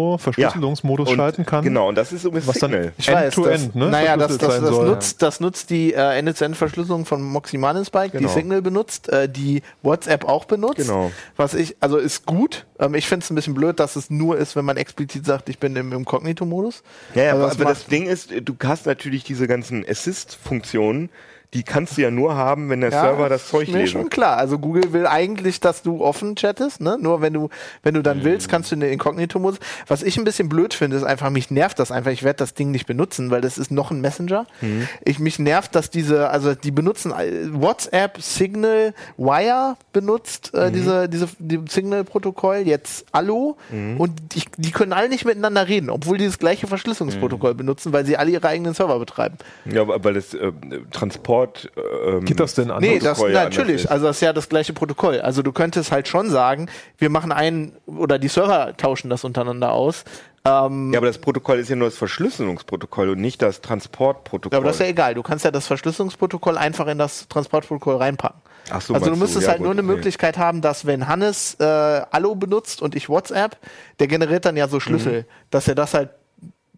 Speaker 3: Inkognito-Verschlüsselungsmodus
Speaker 2: Und-
Speaker 3: schalten kann.
Speaker 2: Genau, und das ist übrigens
Speaker 3: Was dann
Speaker 2: Signal.
Speaker 1: ich weiß, das,
Speaker 3: End-to-End, ne?
Speaker 1: naja, das,
Speaker 3: verschlüsselt
Speaker 1: das,
Speaker 3: sein
Speaker 1: das,
Speaker 3: soll.
Speaker 1: nutzt, das nutzt die äh, End-to-End-Verschlüsselung von Moximanis Bike, die
Speaker 2: Genau.
Speaker 1: Signal benutzt, äh, die WhatsApp auch benutzt.
Speaker 2: Genau.
Speaker 1: Was ich, also ist gut. Ähm, ich finde es ein bisschen blöd, dass es nur ist, wenn man explizit sagt, ich bin im Inkognito-Modus.
Speaker 2: Ja, ja,
Speaker 1: Also
Speaker 2: aber
Speaker 1: das
Speaker 2: das, aber das
Speaker 1: macht-
Speaker 2: Ding ist, du hast natürlich diese ganzen Assist-Funktionen, die kannst du ja nur haben, wenn der Server das Zeug
Speaker 1: Ist mir
Speaker 2: lesen
Speaker 1: schon klar. Also Google will eigentlich, dass du offen chattest, ne? Nur wenn du, wenn du dann
Speaker 2: Mhm.
Speaker 1: willst, kannst du in den Inkognito-Modus. Was ich ein bisschen blöd finde, ist einfach, mich nervt das einfach. Ich werde das Ding nicht benutzen, weil das ist noch ein Messenger.
Speaker 2: Mhm.
Speaker 1: Ich mich nervt, dass diese, also die benutzen äh, WhatsApp, Signal, Wire benutzt
Speaker 2: Mhm.
Speaker 1: äh, diese, diese die Signal-Protokoll, jetzt Allo
Speaker 2: Mhm.
Speaker 1: und die, die können alle nicht miteinander reden, obwohl die das gleiche
Speaker 2: Mhm.
Speaker 1: Verschlüsselungsprotokoll benutzen, weil sie alle ihre eigenen Server betreiben.
Speaker 2: Ja, aber weil das äh, Transport. äh, Ähm,
Speaker 3: Geht das denn an?
Speaker 1: Nee,
Speaker 2: Protokoll
Speaker 1: das,
Speaker 2: ja anders
Speaker 1: natürlich.
Speaker 2: ist.
Speaker 1: Also das ist ja das gleiche Protokoll. Also du könntest halt schon sagen, wir machen einen oder die Server tauschen das untereinander aus. Ähm,
Speaker 2: Ja, aber das Protokoll ist ja nur das Verschlüsselungsprotokoll und nicht das Transportprotokoll.
Speaker 1: ja, aber das ist ja egal. Du kannst ja das Verschlüsselungsprotokoll einfach in das Transportprotokoll reinpacken.
Speaker 2: Ach so,
Speaker 1: also du
Speaker 2: meinst
Speaker 1: müsstest
Speaker 2: ja,
Speaker 1: halt
Speaker 2: gut,
Speaker 1: nur eine
Speaker 2: okay.
Speaker 1: Möglichkeit haben, dass wenn Hannes äh, Allo benutzt und ich WhatsApp, der generiert dann ja so
Speaker 2: Mhm.
Speaker 1: Schlüssel, dass er das halt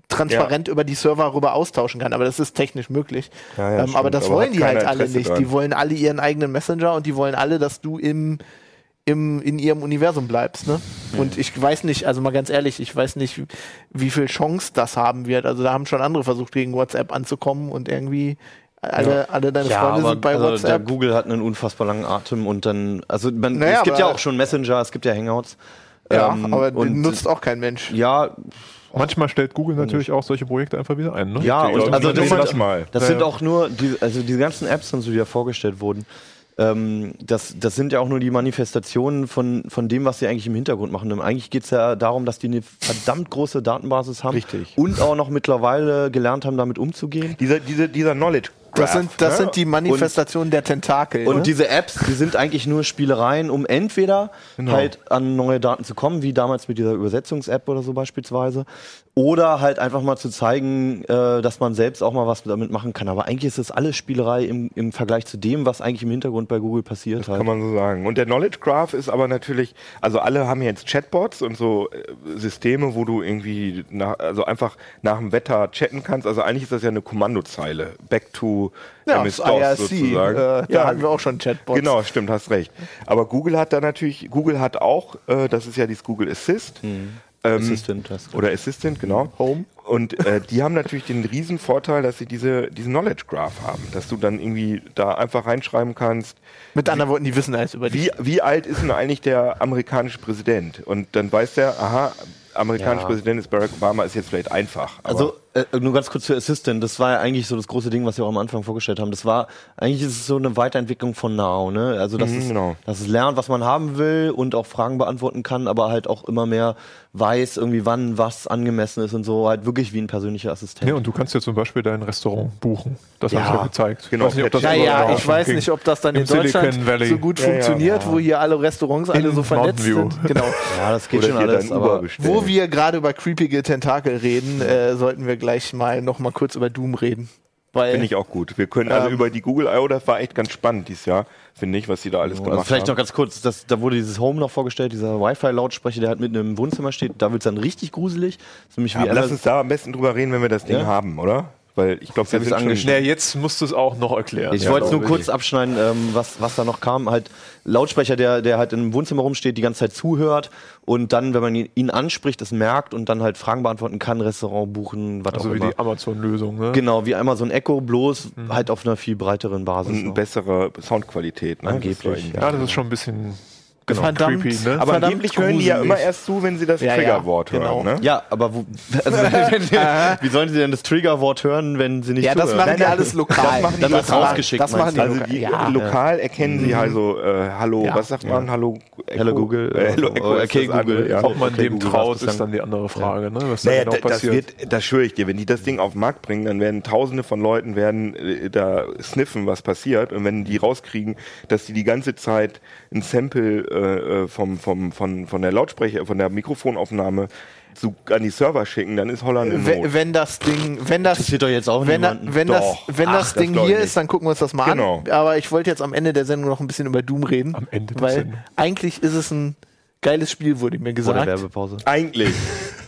Speaker 1: transparent über die Server rüber austauschen kann. Aber das ist technisch möglich.
Speaker 2: Ja, ja,
Speaker 1: ähm, aber
Speaker 2: stimmt.
Speaker 1: das
Speaker 2: Aber
Speaker 1: wollen
Speaker 2: hat
Speaker 1: die halt
Speaker 2: keiner
Speaker 1: alle
Speaker 2: Interesse
Speaker 1: nicht.
Speaker 2: dran.
Speaker 1: Die wollen alle ihren eigenen Messenger und die wollen alle, dass du im, im, in ihrem Universum bleibst. Ne? Und ich weiß nicht, also mal ganz ehrlich, ich weiß nicht, wie- wie viel Chance das haben wird. Also da haben schon andere versucht, gegen WhatsApp anzukommen und irgendwie alle, alle deine Freunde sind bei
Speaker 4: also der
Speaker 1: WhatsApp.
Speaker 4: Google hat einen unfassbar langen Atem und dann, also man,
Speaker 1: Naja,
Speaker 4: es gibt
Speaker 1: aber-
Speaker 4: ja auch schon Messenger, es gibt ja Hangouts.
Speaker 1: Ja,
Speaker 4: ähm,
Speaker 1: aber
Speaker 4: und-
Speaker 1: den nutzt auch kein Mensch.
Speaker 4: ja,
Speaker 3: Manchmal stellt Google natürlich auch solche Projekte einfach wieder ein. Ne?
Speaker 4: ja,
Speaker 2: die
Speaker 4: und
Speaker 2: Leute
Speaker 4: also das
Speaker 2: nehmen das
Speaker 4: sind,
Speaker 2: mal.
Speaker 4: das
Speaker 3: Ja,
Speaker 4: sind
Speaker 3: ja.
Speaker 4: auch nur, die, also diese ganzen Apps und so, die da vorgestellt wurden, ähm, das, das sind ja auch nur die Manifestationen von, von dem, was sie eigentlich im Hintergrund machen. Und eigentlich geht es ja darum, dass die eine verdammt große Datenbasis haben
Speaker 2: Richtig.
Speaker 4: und auch noch mittlerweile gelernt haben, damit umzugehen.
Speaker 2: Dieser, diese, dieser Knowledge
Speaker 1: Das
Speaker 2: Graph,
Speaker 1: sind, das
Speaker 2: ne?
Speaker 1: sind die Manifestationen der Tentakel.
Speaker 4: Und
Speaker 1: ne?
Speaker 4: diese Apps, die sind eigentlich nur Spielereien, um entweder halt an neue Daten zu kommen, wie damals mit dieser Übersetzungs-App oder so beispielsweise, oder halt einfach mal zu zeigen, äh, dass man selbst auch mal was damit machen kann. Aber eigentlich ist das alles Spielerei im, im Vergleich zu dem, was eigentlich im Hintergrund bei Google passiert halt. hat.
Speaker 2: Kann man so sagen. Und der Knowledge Graph ist aber natürlich, also alle haben jetzt Chatbots und so äh, Systeme, wo du irgendwie nach, also einfach nach dem Wetter chatten kannst. Also eigentlich ist das ja eine Kommandozeile. Back to
Speaker 1: ja, das
Speaker 2: MS-DOS
Speaker 1: IRC, äh,
Speaker 2: sozusagen.
Speaker 1: da
Speaker 2: Ja,
Speaker 1: hatten wir auch schon Chatbots.
Speaker 2: Genau, stimmt, hast recht. Aber Google hat da natürlich, Google hat auch, äh, das ist ja dieses Google Assist. Ähm,
Speaker 4: Assistant, das-
Speaker 2: Oder Assistant, genau.
Speaker 1: Hm. Home.
Speaker 2: Und äh, die haben natürlich den riesen Vorteil, dass sie diese, diesen Knowledge Graph haben, dass du dann irgendwie da einfach reinschreiben kannst,
Speaker 1: Mit anderen Worten, die wissen alles über dich.
Speaker 2: wie, wie alt ist denn eigentlich der amerikanische Präsident? Und dann weiß der, aha, amerikanischer
Speaker 4: Ja.
Speaker 2: Präsident ist Barack Obama, ist jetzt vielleicht einfach. aber-
Speaker 4: Also äh, nur ganz kurz zu Assistant, das war ja eigentlich so das große Ding, was wir auch am Anfang vorgestellt haben. Das war eigentlich ist es so eine Weiterentwicklung von Now, ne? Also das
Speaker 2: Mhm,
Speaker 4: ist
Speaker 2: genau.
Speaker 4: dass es lernt, was man haben will und auch Fragen beantworten kann, aber halt auch immer mehr weiß irgendwie wann was angemessen ist und so halt wirklich wie ein persönlicher Assistent.
Speaker 3: Ja, und du kannst ja zum Beispiel dein Restaurant buchen. Das habe ich
Speaker 4: Ja,
Speaker 3: ja gezeigt.
Speaker 2: genau.
Speaker 3: Ich weiß nicht, ob das
Speaker 1: Ja,
Speaker 2: Naja,
Speaker 3: überall
Speaker 1: ja,
Speaker 3: auch
Speaker 1: ich
Speaker 3: schon
Speaker 1: weiß
Speaker 3: ging.
Speaker 1: nicht, ob das dann in
Speaker 3: Im Silicon
Speaker 1: Deutschland
Speaker 3: Valley.
Speaker 1: so gut
Speaker 2: Ja, ja.
Speaker 1: funktioniert, wo hier alle Restaurants alle
Speaker 3: In
Speaker 1: so vernetzt
Speaker 3: Mountain View.
Speaker 1: sind. Genau.
Speaker 4: ja, das geht
Speaker 2: Oder
Speaker 4: schon
Speaker 2: hier
Speaker 4: alles,
Speaker 2: dein Uber
Speaker 4: aber
Speaker 2: bestellen.
Speaker 1: Wo wir gerade über creepige Tentakel reden, äh, sollten wir gleich mal noch mal kurz über Doom reden. Weil
Speaker 2: Finde ich auch gut. Wir können also
Speaker 1: Ähm.
Speaker 2: über die Google I.O., das war echt ganz spannend dieses Jahr, finde ich, was die da alles
Speaker 4: Also
Speaker 2: gemacht
Speaker 4: vielleicht
Speaker 2: haben.
Speaker 4: noch ganz kurz, das, da wurde dieses Home noch vorgestellt, dieser Wi-Fi-Lautsprecher, der halt mitten im Wohnzimmer steht. Da wird's dann richtig gruselig. Das ist nämlich wie
Speaker 2: ja, lass
Speaker 4: Amazon-
Speaker 2: uns da am besten drüber reden, wenn wir das Ding
Speaker 4: Ja.
Speaker 2: haben, oder? Weil ich glaube, wir
Speaker 4: hab ich's
Speaker 2: sind schon...
Speaker 3: Na, jetzt musst du es auch noch erklären.
Speaker 4: Ich wollte es nur
Speaker 2: glaube
Speaker 4: kurz abschneiden, ähm, was, was da noch kam. Halt Lautsprecher, der, der halt im Wohnzimmer rumsteht, die ganze Zeit zuhört und dann, wenn man ihn, ihn anspricht, es merkt und dann halt Fragen beantworten kann, Restaurant buchen, was auch
Speaker 3: Also wie
Speaker 4: immer.
Speaker 3: die Mhm. Amazon-Lösung. Ne?
Speaker 4: Genau, wie einmal so ein Echo, bloß halt auf einer viel breiteren Basis.
Speaker 2: Und eine
Speaker 4: noch.
Speaker 2: bessere Soundqualität. Ne?
Speaker 4: Angeblich,
Speaker 2: Das war
Speaker 4: ja.
Speaker 3: Ja, das ist schon ein bisschen
Speaker 1: Verdammt.
Speaker 3: creepy. Ne?
Speaker 2: Aber
Speaker 1: Verdammt
Speaker 2: angeblich hören die ja
Speaker 1: gruselig.
Speaker 2: immer erst zu, wenn sie das
Speaker 1: Ja, ja,
Speaker 2: Triggerwort
Speaker 1: genau.
Speaker 2: hören. Ne?
Speaker 4: Ja, aber wo, *laughs* also,
Speaker 3: *laughs*
Speaker 4: wenn- wenn- wie sollen sie denn das Triggerwort hören, wenn sie nicht
Speaker 1: ja, das
Speaker 4: zuhören?
Speaker 1: machen
Speaker 2: Nein,
Speaker 1: die
Speaker 2: nein,
Speaker 1: alles
Speaker 2: das
Speaker 1: lokal.
Speaker 2: machen die
Speaker 1: Das
Speaker 4: lokal. rausgeschickt,
Speaker 1: Das machen
Speaker 4: meinst
Speaker 1: die
Speaker 4: du?
Speaker 2: Also
Speaker 1: lokal.
Speaker 2: die
Speaker 1: ja.
Speaker 2: lokal erkennen sie also äh, Hallo,
Speaker 1: Ja.
Speaker 2: was sagt man? Hallo Echo?
Speaker 4: Hello Google.
Speaker 2: Äh, Hello Echo
Speaker 4: Oh,
Speaker 2: ist
Speaker 4: okay,
Speaker 2: das andere,
Speaker 4: Google.
Speaker 2: Ja.
Speaker 3: Ob man
Speaker 4: Okay,
Speaker 3: dem
Speaker 4: Google, was
Speaker 3: traut,
Speaker 4: bislang-
Speaker 3: ist dann die andere Frage. Ne? Was da
Speaker 2: Naja,
Speaker 3: genau
Speaker 2: da- das
Speaker 3: passiert.
Speaker 2: wird, das schwöre ich dir, wenn die das Ding auf den Markt bringen, dann werden tausende von Leuten werden äh, da sniffen, was passiert. Und wenn die rauskriegen, dass die die ganze Zeit ein Sample äh, äh, vom, vom, von, von der Lautsprecher, von der Mikrofonaufnahme zu, an die Server schicken, dann ist Holland im
Speaker 1: Wenn,
Speaker 2: Not.
Speaker 1: wenn das Ding, wenn das,
Speaker 4: Interessiert doch jetzt auch
Speaker 1: wenn, da,
Speaker 4: niemanden.
Speaker 1: wenn das,
Speaker 2: Doch.
Speaker 1: wenn das
Speaker 2: Ach, das
Speaker 1: Ding
Speaker 2: glaub ich
Speaker 1: hier
Speaker 2: nicht.
Speaker 1: ist, dann gucken wir uns das mal
Speaker 2: Genau.
Speaker 1: an. Aber ich wollte jetzt am Ende der Sendung noch ein bisschen über Doom reden,
Speaker 3: Am Ende der
Speaker 1: weil
Speaker 3: Sendung.
Speaker 1: eigentlich ist es ein geiles Spiel, wurde mir
Speaker 4: Oder
Speaker 1: gesagt.
Speaker 4: Werbepause.
Speaker 2: Eigentlich.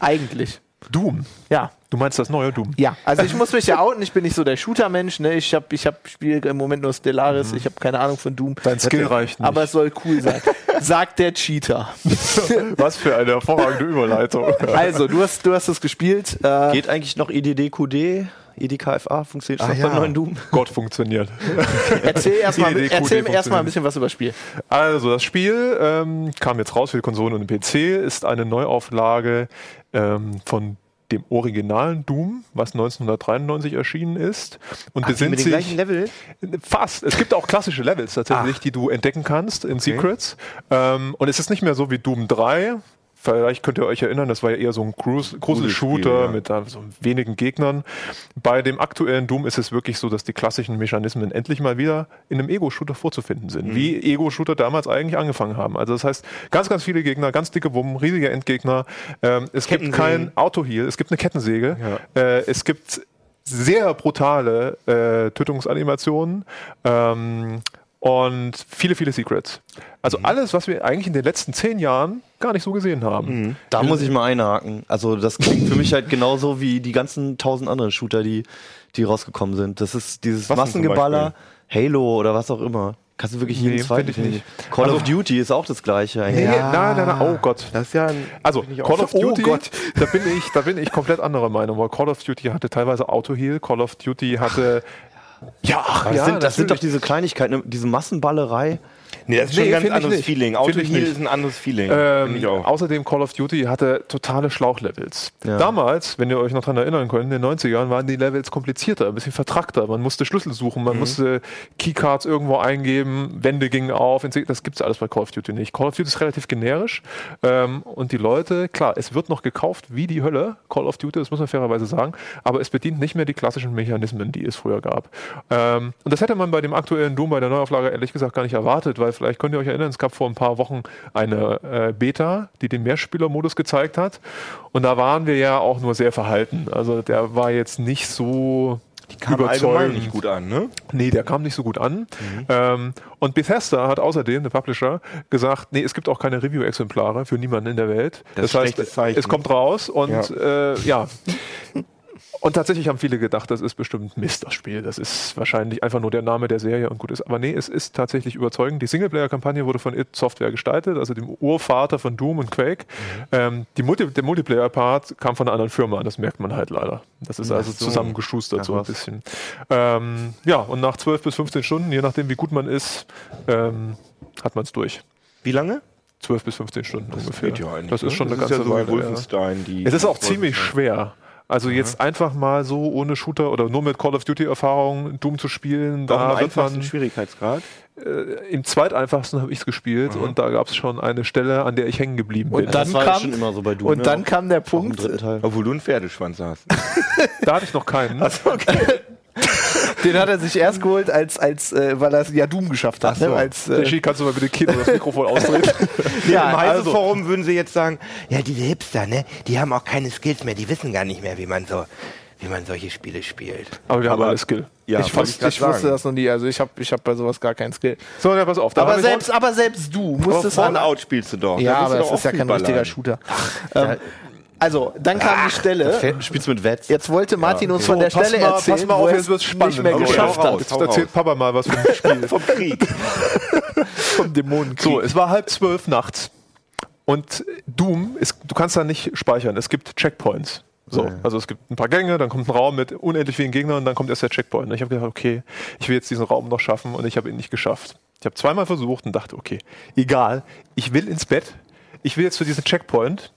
Speaker 1: Eigentlich,
Speaker 3: Doom.
Speaker 1: ja.
Speaker 3: Du meinst das neue Doom?
Speaker 1: Ja, also ich muss mich ja outen, ich bin nicht so der Shooter-Mensch, ne? Ich hab, ich hab Spiel im Moment nur Stellaris, ich habe keine Ahnung von Doom.
Speaker 3: Dein Skill reicht nicht.
Speaker 1: Aber es soll cool sein. Sagt der Cheater.
Speaker 3: Was für eine hervorragende Überleitung.
Speaker 1: Also, du hast, du hast es gespielt. Äh,
Speaker 4: Geht eigentlich noch IDDQD? IDKFA funktioniert schon
Speaker 2: Ah, ja.
Speaker 4: beim neuen Doom?
Speaker 3: Gott funktioniert.
Speaker 1: erzähl erstmal
Speaker 3: Idee,
Speaker 1: erzähl
Speaker 3: cool,
Speaker 1: mir erstmal ein
Speaker 3: funktioniert.
Speaker 1: bisschen was über das Spiel.
Speaker 3: Also, das Spiel ähm, kam jetzt raus für die Konsolen und den PC, ist eine Neuauflage ähm, von dem originalen Doom, was 1993 erschienen ist. Und besinnt sich
Speaker 4: Level?
Speaker 3: fast. Es gibt auch klassische Levels tatsächlich, die du entdecken kannst in Secrets. Ähm, und es ist nicht mehr so wie Doom 3. Vielleicht könnt ihr euch erinnern, das war ja eher so ein Cruise- Grusel-Shooter
Speaker 2: ja.
Speaker 3: mit äh, so wenigen Gegnern. Bei dem aktuellen Doom ist es wirklich so, dass die klassischen Mechanismen endlich mal wieder in einem Ego-Shooter vorzufinden sind, wie Ego-Shooter damals eigentlich angefangen haben. Also das heißt, ganz, ganz viele Gegner, ganz dicke Wummen, riesige Endgegner. Ähm, es gibt
Speaker 2: Kettensägen.
Speaker 3: kein Autoheal, es gibt eine Kettensäge. Äh, es gibt sehr brutale äh, Tötungsanimationen ähm, und viele, viele Secrets. Also alles, was wir eigentlich in den letzten zehn Jahren gar nicht so gesehen haben.
Speaker 4: Da muss ich mal einhaken. Also das klingt für mich halt genauso wie die ganzen tausend anderen Shooter, die, die rausgekommen sind. Das ist dieses
Speaker 2: Was denn zum
Speaker 4: Massengeballer, Halo oder was auch immer. Kannst du wirklich jeden
Speaker 3: Nee,
Speaker 4: zweiten
Speaker 3: find ich nicht. Also-
Speaker 4: finden. Call of Duty ist auch das gleiche eigentlich.
Speaker 3: Nee, nein, nein, nein, oh Gott.
Speaker 2: Das ist ja ein,
Speaker 3: Also
Speaker 2: bin ich auch
Speaker 3: Call of
Speaker 2: so-
Speaker 3: Duty,
Speaker 2: Oh Gott.
Speaker 3: da bin ich, da bin ich komplett anderer Meinung, weil Call of Duty hatte teilweise Autoheal, Call of
Speaker 2: *laughs*
Speaker 3: Duty hatte ja, ach,
Speaker 4: Das,
Speaker 3: ja,
Speaker 4: sind, das sind doch
Speaker 3: natürlich.
Speaker 4: diese Kleinigkeiten, diese Massenballerei.
Speaker 2: Nee, das ist schon
Speaker 3: Nee,
Speaker 2: ein ganz
Speaker 3: find ich
Speaker 2: anderes
Speaker 3: nicht.
Speaker 2: Feeling.
Speaker 3: Find ich
Speaker 2: Autoheal
Speaker 3: nicht.
Speaker 2: ist ein anderes Feeling. Find
Speaker 3: Ähm,
Speaker 2: ich auch.
Speaker 3: außerdem Call of Duty hatte totale Schlauchlevels.
Speaker 4: Ja.
Speaker 3: Damals, wenn ihr euch noch dran erinnern könnt, in den 90ern waren die Levels komplizierter, ein bisschen vertrackter. Man musste Schlüssel suchen,
Speaker 2: Mhm.
Speaker 3: man musste Keycards irgendwo eingeben, Wände gingen auf. etc. Das gibt's alles bei Call of Duty nicht. Call of Duty ist relativ generisch ähm, und die Leute, klar, es wird noch gekauft wie die Hölle, Call of Duty, das muss man fairerweise sagen, aber es bedient nicht mehr die klassischen Mechanismen, die es früher gab. Ähm, und das hätte man bei dem aktuellen Doom, bei der Neuauflage ehrlich gesagt gar nicht erwartet, weil vielleicht könnt ihr euch erinnern, es gab vor ein paar Wochen eine äh, Beta, die den Mehrspielermodus gezeigt hat. Und da waren wir ja auch nur sehr verhalten. Also der war jetzt nicht so
Speaker 2: Kam allgemein nicht gut an, ne?
Speaker 3: Nee, der kam nicht so gut an. Ähm, und Bethesda hat außerdem, der Publisher, gesagt, nee, es gibt auch keine Review-Exemplare für niemanden in der Welt.
Speaker 2: Das ist schlechtes Zeichen.
Speaker 3: es kommt raus und ja. Äh, ja. Und tatsächlich haben viele gedacht, das ist bestimmt Mist, das Spiel. Das ist wahrscheinlich einfach nur der Name der Serie und gut ist. Aber nee, es ist tatsächlich überzeugend. Die Singleplayer-Kampagne wurde von It Software gestaltet, also dem Urvater von Doom und Quake.
Speaker 2: Mhm.
Speaker 3: Ähm, die Multi der Multiplayer-Part kam von einer anderen Firma an, das merkt man halt leider. Das ist also zusammengeschustert so ein bisschen. Ähm, ja, und nach 12 bis 15 Stunden, je nachdem wie gut man ist, ähm, hat man es durch.
Speaker 2: Wie lange?
Speaker 3: 12 bis 15 Stunden ungefähr.
Speaker 2: geht ja eigentlich,
Speaker 3: das
Speaker 2: ne?
Speaker 3: ist schon
Speaker 2: Das
Speaker 3: eine
Speaker 2: ist
Speaker 3: ganze
Speaker 2: ja so wie
Speaker 3: Weile.
Speaker 2: Wolfenstein, die-
Speaker 3: es ist auch
Speaker 2: die-
Speaker 3: ziemlich schwer. Also jetzt einfach mal so ohne Shooter oder nur mit Call of Duty Erfahrung Doom zu spielen, da wird man
Speaker 2: Schwierigkeitsgrad.
Speaker 3: im zweiteinfachsten habe ich es gespielt und da gab es schon eine Stelle, an der ich hängen geblieben bin.
Speaker 1: Und dann
Speaker 4: war
Speaker 1: kam-
Speaker 4: schon immer so bei Doom.
Speaker 1: Und
Speaker 4: ne?
Speaker 1: dann
Speaker 4: Auch
Speaker 1: kam der
Speaker 4: im
Speaker 1: Punkt,
Speaker 4: dritten Teil.
Speaker 2: Obwohl du einen Pferdeschwanz *laughs* hast.
Speaker 3: da hatte ich noch keinen.
Speaker 1: den hat er sich erst geholt, als, als äh, weil er es ja Doom geschafft hat. Ne? Als, äh,
Speaker 3: *laughs* Regie, kannst du mal bitte Kino das Mikrofon ausdrehen?
Speaker 1: ja,
Speaker 2: Im heißen
Speaker 1: also-
Speaker 2: Forum würden sie jetzt sagen,
Speaker 5: Ja, diese Hipster, ne? Die haben auch keine Skills mehr. Die wissen gar nicht mehr, wie man so, wie man solche Spiele spielt.
Speaker 3: Aber wir haben
Speaker 2: Aber-
Speaker 3: alle Skill.
Speaker 2: ja,
Speaker 1: ich fast, ich wusste das noch nie. Also ich habe ich hab bei sowas gar keinen Skill.
Speaker 3: So, ja, pass auf. dann hab
Speaker 1: Aber
Speaker 3: ich-
Speaker 1: selbst, aber selbst du musstest an-
Speaker 2: Fallout spielst du doch.
Speaker 1: Ja,
Speaker 2: halt- Da bist
Speaker 1: aber
Speaker 2: du
Speaker 1: das
Speaker 2: doch
Speaker 1: ist ja
Speaker 2: auch
Speaker 1: kein
Speaker 2: Fußballer.
Speaker 1: richtiger Shooter. Ähm, also, dann kam die
Speaker 3: Äh,
Speaker 1: Stelle.
Speaker 4: Fe- Spielst du mit Vets?
Speaker 1: Jetzt wollte Martin uns von der
Speaker 3: pass
Speaker 1: Stelle
Speaker 3: mal,
Speaker 1: erzählen,
Speaker 3: pass mal
Speaker 1: wo
Speaker 3: auf,
Speaker 1: er
Speaker 3: jetzt wird's
Speaker 1: es
Speaker 3: spannend.
Speaker 1: nicht mehr
Speaker 2: Okay,
Speaker 1: geschafft
Speaker 2: hau
Speaker 1: hat.
Speaker 2: raus.
Speaker 3: Jetzt erzählt Papa mal was für ein *laughs* Spiel.
Speaker 2: Vom Krieg.
Speaker 1: Vom Dämonenkrieg.
Speaker 3: So, es war halb zwölf nachts. Und Doom, ist, du kannst da nicht speichern. Es gibt Checkpoints. So, also es gibt ein paar Gänge, dann kommt ein Raum mit unendlich vielen Gegnern und dann kommt erst der Checkpoint. Und ich habe gedacht, okay, ich will jetzt diesen Raum noch schaffen und ich habe ihn nicht geschafft. Ich habe zweimal versucht und dachte, okay, egal, ich will ins Bett, ich will jetzt zu diesem Checkpoint,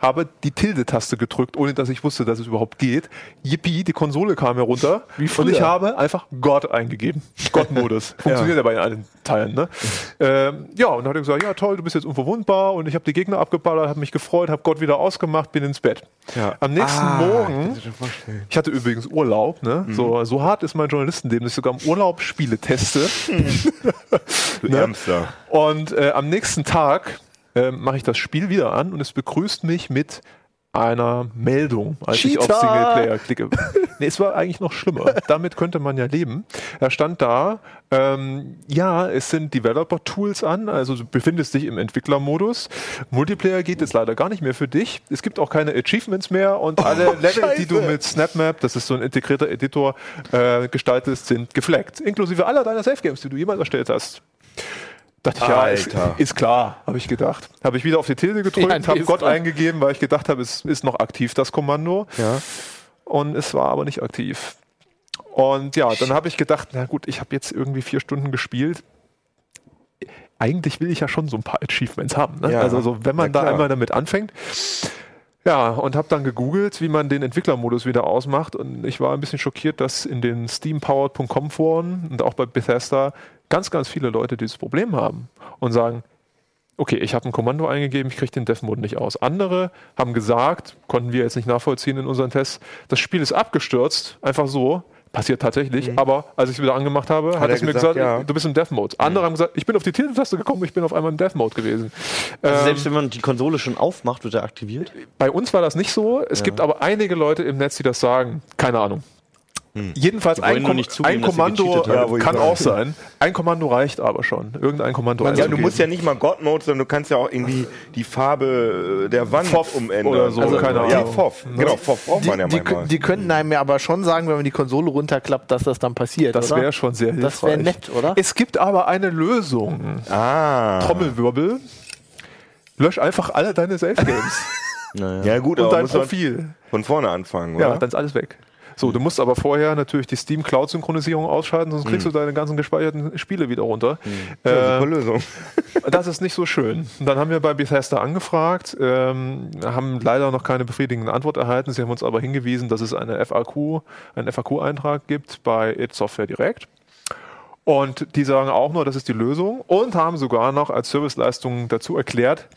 Speaker 3: habe die Tilde-Taste gedrückt, ohne dass ich wusste, dass es überhaupt geht. Yippie, die Konsole kam herunter und ich habe einfach Gott eingegeben. *laughs* Gott-Modus. Funktioniert ja bei allen Teilen. Ne? Ähm, ja, und dann hat er gesagt, ja toll, du bist jetzt unverwundbar und ich habe die Gegner abgeballert, habe mich gefreut, habe Gott wieder ausgemacht, bin ins Bett. Am nächsten Morgen, Ah, ich hatte übrigens Urlaub, ne? so, so hart ist mein Journalistenleben, dass ich sogar im Urlaub Spiele teste.
Speaker 2: Du
Speaker 1: ne?
Speaker 2: Ärmster.
Speaker 3: Und äh, am nächsten Tag äh, mache ich das Spiel wieder an und es begrüßt mich mit einer Meldung, als ich auf
Speaker 1: Cheater!
Speaker 3: Singleplayer klicke. nee, es war eigentlich noch schlimmer. Damit könnte man ja leben. Da stand da, ähm, ja, es sind Developer-Tools an, also du befindest dich im Entwicklermodus. Multiplayer geht jetzt leider gar nicht mehr für dich. Es gibt auch keine Achievements mehr und alle Level, die du mit SnapMap, das ist so ein integrierter Editor, äh, gestaltest, sind gefleckt. Inklusive aller deiner Safe-Games, die du jemals erstellt hast. Dachte ich, ja, ist,
Speaker 2: Alter.
Speaker 3: ist klar, habe ich gedacht. Habe ich wieder auf die Tilde gedrückt,
Speaker 1: Ja, nee,
Speaker 3: habe
Speaker 1: ist
Speaker 3: Gott
Speaker 1: klar.
Speaker 3: eingegeben, weil ich gedacht habe, es ist noch aktiv, das Kommando. Und es war aber nicht aktiv. Und ja, dann habe ich gedacht, na gut, ich habe jetzt irgendwie vier Stunden gespielt. Eigentlich will ich ja schon so ein paar Achievements haben. Ne?
Speaker 2: Ja.
Speaker 3: also so, wenn man
Speaker 2: Na
Speaker 3: da
Speaker 2: klar.
Speaker 3: einmal damit anfängt. Ja, und habe dann gegoogelt, wie man den Entwicklermodus wieder ausmacht. Und ich war ein bisschen schockiert, dass in den steampowered.com Foren und auch bei Bethesda ganz, ganz viele Leute dieses Problem haben und sagen, okay, ich habe ein Kommando eingegeben, ich kriege den Dev-Mode nicht aus. Andere haben gesagt, konnten wir jetzt nicht nachvollziehen in unseren Tests, das Spiel ist abgestürzt, einfach so. Passiert tatsächlich, aber als ich es wieder angemacht habe, hat,
Speaker 2: Mhm. er
Speaker 3: es mir
Speaker 2: gesagt,
Speaker 3: gesagt,
Speaker 2: ja. Mhm.
Speaker 3: du bist im Death-Mode. Andere haben gesagt, ich bin auf die Tilde-Taste gekommen, ich bin auf einmal im Death-Mode gewesen.
Speaker 4: Also
Speaker 3: Ähm,
Speaker 4: selbst wenn man die Konsole schon aufmacht, wird er aktiviert.
Speaker 3: bei uns war das nicht so. Es gibt aber einige Leute im Netz, die das sagen. Keine Ahnung. Jedenfalls
Speaker 4: wollen
Speaker 3: ein,
Speaker 4: nur
Speaker 3: Kom
Speaker 4: nicht zugeben,
Speaker 3: ein
Speaker 4: dass sie
Speaker 3: Kommando
Speaker 4: gecheatet haben.
Speaker 2: Ja, wollte ich
Speaker 3: kann
Speaker 2: sagen.
Speaker 3: auch sein. Ein Kommando reicht aber schon. Irgendein Kommando.
Speaker 2: Ja, du
Speaker 3: einzugeben.
Speaker 2: musst ja nicht mal God Mode, sondern du kannst ja auch irgendwie die Farbe äh, der Wand
Speaker 3: Foff
Speaker 2: umändern.
Speaker 3: oder so, keine
Speaker 2: Ja,
Speaker 3: Ahnung.
Speaker 2: Foff. Genau, Foff braucht man ja
Speaker 1: die,
Speaker 2: manchmal. Mhm.
Speaker 1: die könnten einem ja aber schon sagen, wenn man die Konsole runterklappt, dass das dann passiert.
Speaker 3: Das
Speaker 1: oder?
Speaker 3: wäre schon sehr hilfreich.
Speaker 1: Das wäre nett, oder?
Speaker 3: Es gibt aber eine Lösung.
Speaker 2: ah.
Speaker 3: Trommelwirbel. Lösch einfach alle deine Safe Games
Speaker 2: Ja gut,
Speaker 3: und
Speaker 2: aber
Speaker 3: dein
Speaker 2: muss man
Speaker 3: Profil.
Speaker 2: von vorne anfangen,
Speaker 3: Ja,
Speaker 2: oder?
Speaker 3: dann ist alles weg. So, du musst aber vorher natürlich die Steam Cloud Synchronisierung ausschalten, sonst kriegst du deine ganzen gespeicherten Spiele wieder runter.
Speaker 2: Ja,
Speaker 3: Äh,
Speaker 2: super Lösung.
Speaker 3: das ist nicht so schön. Und Dann haben wir bei Bethesda angefragt, ähm, haben leider noch keine befriedigende Antwort erhalten. Sie haben uns aber hingewiesen, dass es eine FAQ, einen FAQ-Eintrag gibt bei It Software Direct. Und die sagen auch nur, das ist die Lösung und haben sogar noch als Serviceleistung dazu erklärt,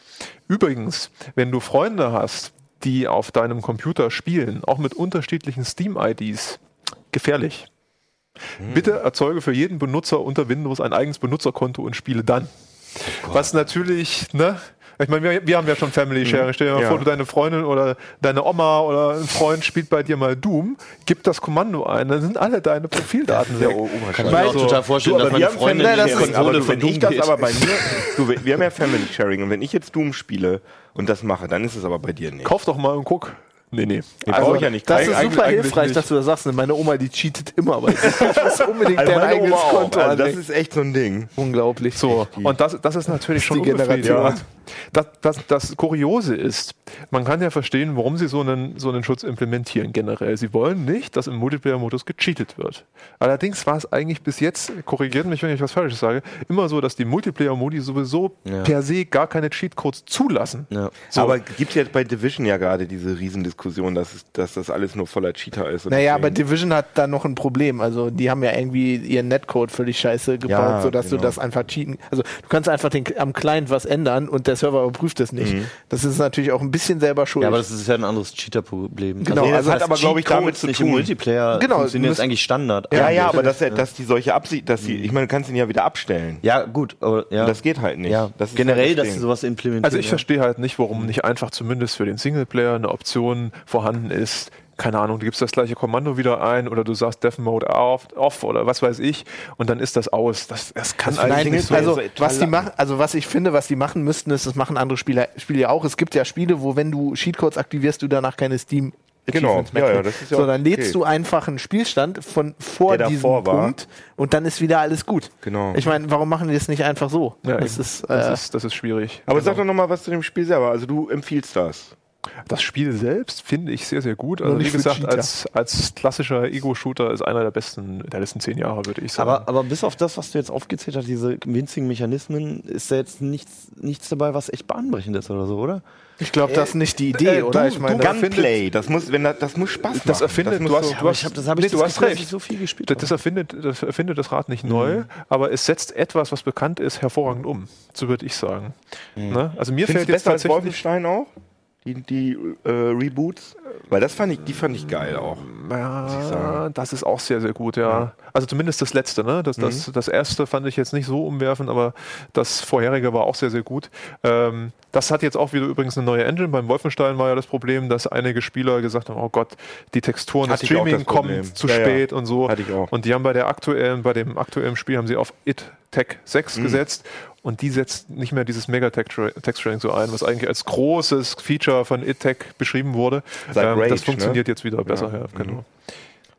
Speaker 3: übrigens, wenn du Freunde hast, die auf deinem Computer spielen, auch mit unterschiedlichen Steam-IDs, gefährlich. Bitte erzeuge für jeden Benutzer unter Windows ein eigenes Benutzerkonto und spiele dann. Was natürlich, ne? Ich meine, wir, wir haben ja schon Family Share. Stell dir mal
Speaker 2: Mhm. Ja.
Speaker 3: vor, du deine Freundin oder deine Oma oder ein Freund spielt bei dir mal Doom, gib das Kommando ein, dann sind alle deine Profildaten weg.
Speaker 2: Oberscheiße.
Speaker 4: Ich kann mir auch
Speaker 3: Also,
Speaker 4: total vorstellen, dass meine Freundin
Speaker 1: Fan- Nein,
Speaker 4: die
Speaker 1: das ist-
Speaker 2: Aber
Speaker 4: Konsole
Speaker 2: du,
Speaker 4: von
Speaker 2: wenn ich
Speaker 4: Doom
Speaker 2: das
Speaker 4: geht.
Speaker 2: aber bei mir, du, wir wir haben ja Family Sharing und wenn ich jetzt Doom spiele und das mache, dann ist es aber bei dir nicht.
Speaker 3: Kauf doch mal und guck. Nee, nee.
Speaker 2: Nee,
Speaker 3: Also,
Speaker 2: brauch ich ja nicht.
Speaker 1: Das
Speaker 2: Eig-
Speaker 1: ist
Speaker 2: eigentlich-
Speaker 1: super
Speaker 2: eigentlich
Speaker 1: hilfreich,
Speaker 2: nicht.
Speaker 1: dass du das sagst. Meine Oma, die cheatet immer, weil sie muss
Speaker 2: *laughs*
Speaker 1: unbedingt
Speaker 2: Also
Speaker 1: dein
Speaker 2: meine
Speaker 1: eigenes
Speaker 2: Oma auch.
Speaker 1: Konto
Speaker 2: also Das
Speaker 1: anlegen.
Speaker 2: ist echt so ein Ding.
Speaker 1: unglaublich.
Speaker 3: So, und das, das ist natürlich schon
Speaker 1: die Generation.
Speaker 3: unbefriedigend. Das, das, das Kuriose ist, man kann ja verstehen, warum sie so einen, so einen Schutz implementieren generell. Sie wollen nicht, dass im Multiplayer-Modus gecheatet wird. Allerdings war es eigentlich bis jetzt, korrigiert mich, wenn ich was Falsches sage, immer so, dass die Multiplayer-Modi sowieso
Speaker 4: Ja.
Speaker 3: per se gar keine Cheatcodes zulassen.
Speaker 4: Ja.
Speaker 2: Aber gibt es jetzt bei Division ja gerade diese Riesendiskussion, dass, es- dass das alles nur voller Cheater ist. und
Speaker 1: Naja, aber
Speaker 2: deswegen-
Speaker 1: Division hat da noch ein Problem. Also die haben ja irgendwie ihren Netcode völlig scheiße gebaut,
Speaker 2: Ja,
Speaker 1: sodass
Speaker 2: genau.
Speaker 1: du das einfach cheaten. Also du kannst einfach den, am Client was ändern und der Server überprüft es nicht.
Speaker 2: Mhm.
Speaker 1: Das ist natürlich auch ein bisschen selber schuld.
Speaker 4: Ja, aber das ist ja ein anderes Cheater-Problem.
Speaker 1: Genau,
Speaker 4: Also,
Speaker 1: Nee, das
Speaker 4: das
Speaker 1: hat
Speaker 4: heißt,
Speaker 2: aber, glaub ich,
Speaker 4: Cheatcodes
Speaker 2: damit zu
Speaker 4: nicht im
Speaker 2: tun.
Speaker 4: Multiplayer
Speaker 1: Genau,
Speaker 4: funktioniert
Speaker 1: müssen-
Speaker 4: eigentlich Standard.
Speaker 2: Ja,
Speaker 4: eigentlich.
Speaker 2: ja, aber dass, er- dass die solche Absicht, dass die, ich meine, du kannst ihn ja wieder abstellen.
Speaker 4: Ja, gut, aber ja.
Speaker 2: Und das geht halt nicht.
Speaker 4: ja.
Speaker 2: Das ist
Speaker 4: generell,
Speaker 2: halt das
Speaker 4: dass sie
Speaker 2: Ding.
Speaker 4: sowas implementieren.
Speaker 3: Also ich
Speaker 4: ja.
Speaker 3: verstehe halt nicht,
Speaker 2: Mhm.
Speaker 3: warum nicht einfach zumindest für den Singleplayer eine Option vorhanden ist. Keine Ahnung, du gibst das gleiche Kommando wieder ein oder du sagst Death Mode off, off oder was weiß ich und dann ist das aus. Das, das kann
Speaker 2: Nein,
Speaker 3: eigentlich
Speaker 2: Ding
Speaker 3: nicht
Speaker 2: ist
Speaker 3: so.
Speaker 2: also-
Speaker 1: also was die
Speaker 2: total-
Speaker 1: machen, also was ich finde, was die machen müssten, ist, das machen andere Spiele, Spiele ja auch. Es gibt ja Spiele, wo wenn du Cheatcodes aktivierst, du danach keine Steam
Speaker 2: Genau,
Speaker 1: Achievements mehr
Speaker 2: ja, ja,
Speaker 1: kriegst.
Speaker 2: das ist ja
Speaker 1: so,
Speaker 2: auch
Speaker 1: dann lädst
Speaker 2: okay.
Speaker 1: du einfach einen Spielstand von vor
Speaker 2: Der
Speaker 1: diesem
Speaker 2: davor war.
Speaker 1: Punkt und dann ist wieder alles gut.
Speaker 2: Genau.
Speaker 1: Ich meine, warum machen die das nicht einfach so?
Speaker 3: Ja,
Speaker 1: das,
Speaker 3: eben.
Speaker 1: ist, äh,
Speaker 3: das, ist, das ist schwierig. Genau.
Speaker 2: Aber sag doch nochmal was zu dem Spiel selber. Also du empfiehlst das.
Speaker 3: Das Spiel selbst finde ich sehr, sehr gut.
Speaker 1: Nur
Speaker 3: Also wie
Speaker 1: nicht für
Speaker 3: gesagt,
Speaker 1: Cheater.
Speaker 3: als, als klassischer Ego-Shooter ist einer der besten der letzten zehn Jahre, würde ich sagen.
Speaker 4: Aber, aber bis auf das, was du jetzt aufgezählt hast, diese winzigen Mechanismen, ist da jetzt nichts, nichts dabei, was echt bahnbrechend ist oder so, oder?
Speaker 1: ich glaube, das ist nicht die Idee,
Speaker 3: äh, du-
Speaker 1: oder? Ich
Speaker 3: du
Speaker 1: meine,
Speaker 3: kannst-
Speaker 1: das-
Speaker 2: Gunplay, das muss, wenn das, das muss Spaß machen.
Speaker 3: das erfindet,
Speaker 2: muss
Speaker 3: du hast,
Speaker 2: so-
Speaker 3: du
Speaker 4: aber
Speaker 3: hast,
Speaker 4: ich hab- das hab ich
Speaker 3: du
Speaker 4: das
Speaker 3: hast
Speaker 4: Gefühl, dass
Speaker 3: recht.
Speaker 4: ich so viel gespielt
Speaker 3: das, das, erfindet, das erfindet das Rad nicht
Speaker 2: Mhm.
Speaker 3: neu, aber es setzt etwas, was bekannt ist, hervorragend um. So würde ich sagen. Ne? Also mir
Speaker 2: Mhm. Findest
Speaker 3: fällt
Speaker 2: du
Speaker 3: jetzt
Speaker 2: besser als
Speaker 3: tatsächlich,
Speaker 2: Wolfenstein auch? Die, die äh, Reboots? Weil das fand ich, die fand ich geil auch.
Speaker 3: ja, das ist auch sehr, sehr gut, ja. Also zumindest das letzte, ne? Das,
Speaker 2: Mhm.
Speaker 3: das, das erste fand ich jetzt nicht so umwerfend, aber das vorherige war auch sehr, sehr gut. Ähm, das hat jetzt auch wieder übrigens eine neue Engine. Beim Wolfenstein war ja das Problem, dass einige Spieler gesagt haben, oh Gott, die Texturen,
Speaker 2: Hatte
Speaker 3: das
Speaker 2: ich auch das
Speaker 3: Streaming
Speaker 2: Problem.
Speaker 3: kommt zu
Speaker 2: Ja, ja.
Speaker 3: spät und so.
Speaker 2: Hatte ich auch.
Speaker 3: Und die haben bei der aktuellen, bei dem aktuellen Spiel haben sie auf It Tech
Speaker 2: Mhm.
Speaker 3: 6 gesetzt und die setzt nicht mehr dieses Mega Texturing so ein, was eigentlich als großes Feature von It Tech beschrieben wurde. Ähm,
Speaker 2: Seit Rage,
Speaker 3: das
Speaker 2: ne? Mhm.
Speaker 3: funktioniert jetzt wieder besser, ja, genau.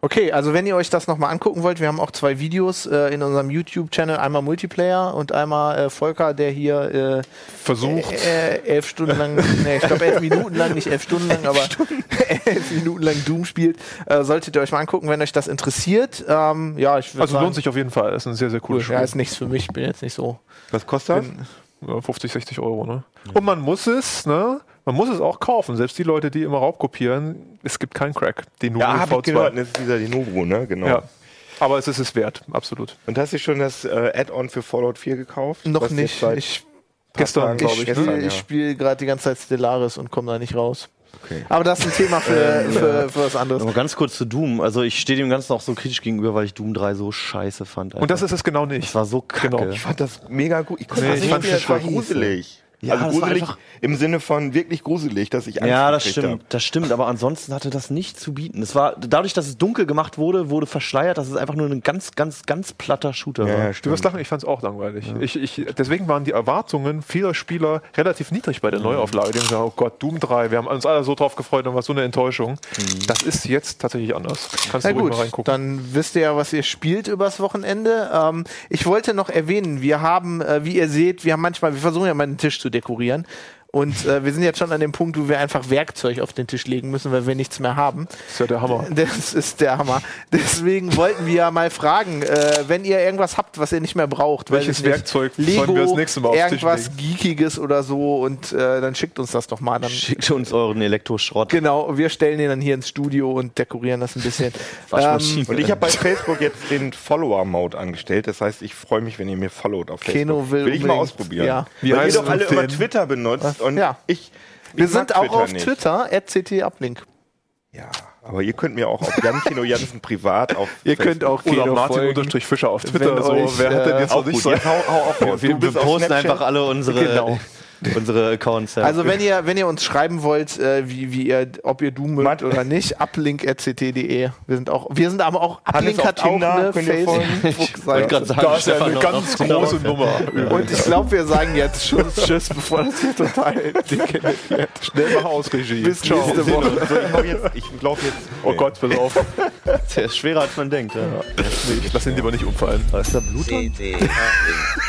Speaker 1: Okay, also wenn ihr euch das nochmal angucken wollt, wir haben auch zwei Videos äh, in unserem YouTube-Channel, einmal Multiplayer und einmal äh, Volker, der hier äh,
Speaker 3: Versucht. Also
Speaker 1: äh, elf Stunden lang, nee, ich glaube elf Minuten lang, nicht elf Stunden lang, aber *laughs* elf Minuten lang Doom spielt. Äh, solltet ihr euch mal angucken, wenn euch das interessiert. Ähm, ja, ich würde
Speaker 3: also
Speaker 1: sagen,
Speaker 3: lohnt sich auf jeden Fall. Ist ein sehr, sehr
Speaker 1: cool.
Speaker 3: cooles
Speaker 1: Ja, ist
Speaker 3: Spiel.
Speaker 1: nichts für mich, bin jetzt nicht so.
Speaker 2: Was kostet das?
Speaker 3: Ja, 50, 60 Euro, ne?
Speaker 2: Mhm.
Speaker 3: Und man muss es, ne? Man muss es auch kaufen. Selbst die Leute, die immer raubkopieren, es gibt keinen Crack. Den Nobel
Speaker 2: Ja, hab ich
Speaker 3: V2.
Speaker 2: gehört, das ist dieser Lenovo, ne? Genau.
Speaker 3: Ja. Aber es ist es wert, absolut.
Speaker 2: Und hast du schon das äh, Add-on für Fallout 4 gekauft?
Speaker 1: Noch
Speaker 2: Was
Speaker 1: nicht.
Speaker 2: jetzt seit-
Speaker 1: Ich,
Speaker 3: Gestern,
Speaker 2: Tagen,
Speaker 3: glaube
Speaker 1: ich
Speaker 2: glaub
Speaker 3: ich.
Speaker 2: ne?
Speaker 1: spiele
Speaker 2: Ja.
Speaker 1: ich spiel gerade die ganze Zeit Stellaris und komme da nicht raus.
Speaker 2: Okay.
Speaker 1: Aber das ist ein Thema für, für, für was anderes.
Speaker 4: Aber ganz kurz zu Doom. Also ich stehe dem Ganzen auch so kritisch gegenüber, weil ich Doom 3 so scheiße fand. Alter.
Speaker 3: Und das ist es genau nicht.
Speaker 4: das war so kacke.
Speaker 3: Genau.
Speaker 2: Ich fand das mega gut. Ich konnte
Speaker 3: Nee,
Speaker 2: das
Speaker 3: ich
Speaker 2: nicht
Speaker 3: fand
Speaker 2: mehr,
Speaker 3: das
Speaker 2: das war
Speaker 4: scheiße.
Speaker 2: gruselig.
Speaker 4: Ja,
Speaker 2: also
Speaker 4: das war
Speaker 2: gruselig
Speaker 4: einfach-
Speaker 2: im Sinne von wirklich gruselig, dass ich Angst
Speaker 4: Ja, das
Speaker 2: gekriegt
Speaker 4: stimmt, das stimmt, aber ansonsten hatte das nicht zu bieten. Es war dadurch, dass es dunkel gemacht wurde, wurde verschleiert, dass es einfach nur ein ganz, ganz, ganz platter Shooter
Speaker 2: hab.
Speaker 4: war.
Speaker 2: Ja, ja,
Speaker 3: Du wirst
Speaker 2: stimmt.
Speaker 3: lachen, ich fand es auch langweilig. Ich, ich, deswegen waren die Erwartungen vieler Spieler relativ niedrig bei der
Speaker 1: Mhm.
Speaker 3: Neuauflage. Die haben gesagt, oh Gott, Doom 3, wir haben uns alle so drauf gefreut und war so eine Enttäuschung. Das ist jetzt tatsächlich anders. Kannst
Speaker 1: Mhm. Na
Speaker 3: du ruhig
Speaker 1: gut,
Speaker 3: mal reingucken.
Speaker 1: dann wisst ihr ja, was ihr spielt übers Wochenende. Ähm, ich wollte noch erwähnen, wir haben, äh, wie ihr seht, wir haben manchmal, wir versuchen ja mal den Tisch zu dekorieren. Und äh, wir sind jetzt schon an dem Punkt, wo wir einfach Werkzeug auf den Tisch legen müssen, weil wir nichts mehr haben.
Speaker 3: ist ja der Hammer.
Speaker 1: *laughs* Das ist der Hammer. Deswegen wollten wir ja mal fragen, äh, wenn ihr irgendwas habt, was ihr nicht mehr braucht. weiß
Speaker 3: Welches
Speaker 1: ich nicht,
Speaker 3: Werkzeug
Speaker 1: Lego,
Speaker 3: sollen wir das nächste Mal auf den Tisch
Speaker 1: Irgendwas Geekiges oder so und äh, dann schenkt uns das doch mal. Dann,
Speaker 4: Schickt uns euren Elektroschrott.
Speaker 1: genau, wir stellen den dann hier ins Studio und dekorieren das ein bisschen.
Speaker 4: Waschmaschine.
Speaker 2: ähm, Und ich habe bei Facebook jetzt den Follower-Mode angestellt. Das heißt, ich freue mich, wenn ihr mir followt auf Facebook.
Speaker 1: Keno will
Speaker 2: will ich mal
Speaker 1: unbedingt-
Speaker 2: ausprobieren.
Speaker 1: Ja.
Speaker 3: Wie
Speaker 2: Weil ihr
Speaker 3: heißt
Speaker 2: doch
Speaker 3: du
Speaker 2: alle
Speaker 3: denn?
Speaker 2: immer Twitter benutzt und
Speaker 1: Ja.
Speaker 2: ich, ich
Speaker 1: wir
Speaker 2: mag
Speaker 1: sind auch auf
Speaker 2: nicht.
Speaker 1: Twitter, @ctablink.
Speaker 2: Ja, aber ihr könnt mir auch auf Jan Keno Jansen privat auf
Speaker 1: Ihr könnt auch
Speaker 3: Oder
Speaker 1: Keno folgen.
Speaker 3: Martin-Fischer auf Twitter.
Speaker 1: Wenn
Speaker 3: So,
Speaker 1: euch,
Speaker 3: wer hat denn
Speaker 1: äh,
Speaker 3: jetzt noch nicht so...
Speaker 4: Wir, wir posten einfach alle unsere,
Speaker 1: Genau.
Speaker 4: unsere Accounts. ja.
Speaker 1: Also wenn ihr, wenn ihr uns schreiben wollt, äh, wie, wie ihr, ob ihr Doom mögt
Speaker 2: Matt-
Speaker 1: oder nicht, uplink.ct.de. Wir sind auch, wir sind aber auch, uplink
Speaker 2: auf
Speaker 1: hat auch
Speaker 2: Tinder,
Speaker 1: eine
Speaker 2: könnt ihr folgen.
Speaker 4: wollte
Speaker 1: *laughs* Facebook-Seite.
Speaker 4: gerade sagen,
Speaker 3: Da ist ja
Speaker 4: Stefan
Speaker 3: eine
Speaker 4: noch-
Speaker 3: ganz
Speaker 4: noch-
Speaker 3: große Nummer.
Speaker 1: Und ich glaube, wir sagen jetzt schon *laughs* Tschüss, bevor das hier
Speaker 3: *laughs*
Speaker 1: total dicke wird.
Speaker 3: Schnell mal aus, Regie.
Speaker 1: Bis
Speaker 3: Ciao.
Speaker 1: nächste Woche.
Speaker 2: So, Also ich hau jetzt- ich glaube jetzt.
Speaker 3: Oh Gott, pass auf.
Speaker 4: Der ist schwerer als man denkt. Ja.
Speaker 3: Nee, ich lasse ihn lieber nicht umfallen.
Speaker 4: Da ist da Blut dran?
Speaker 5: CT Uplink.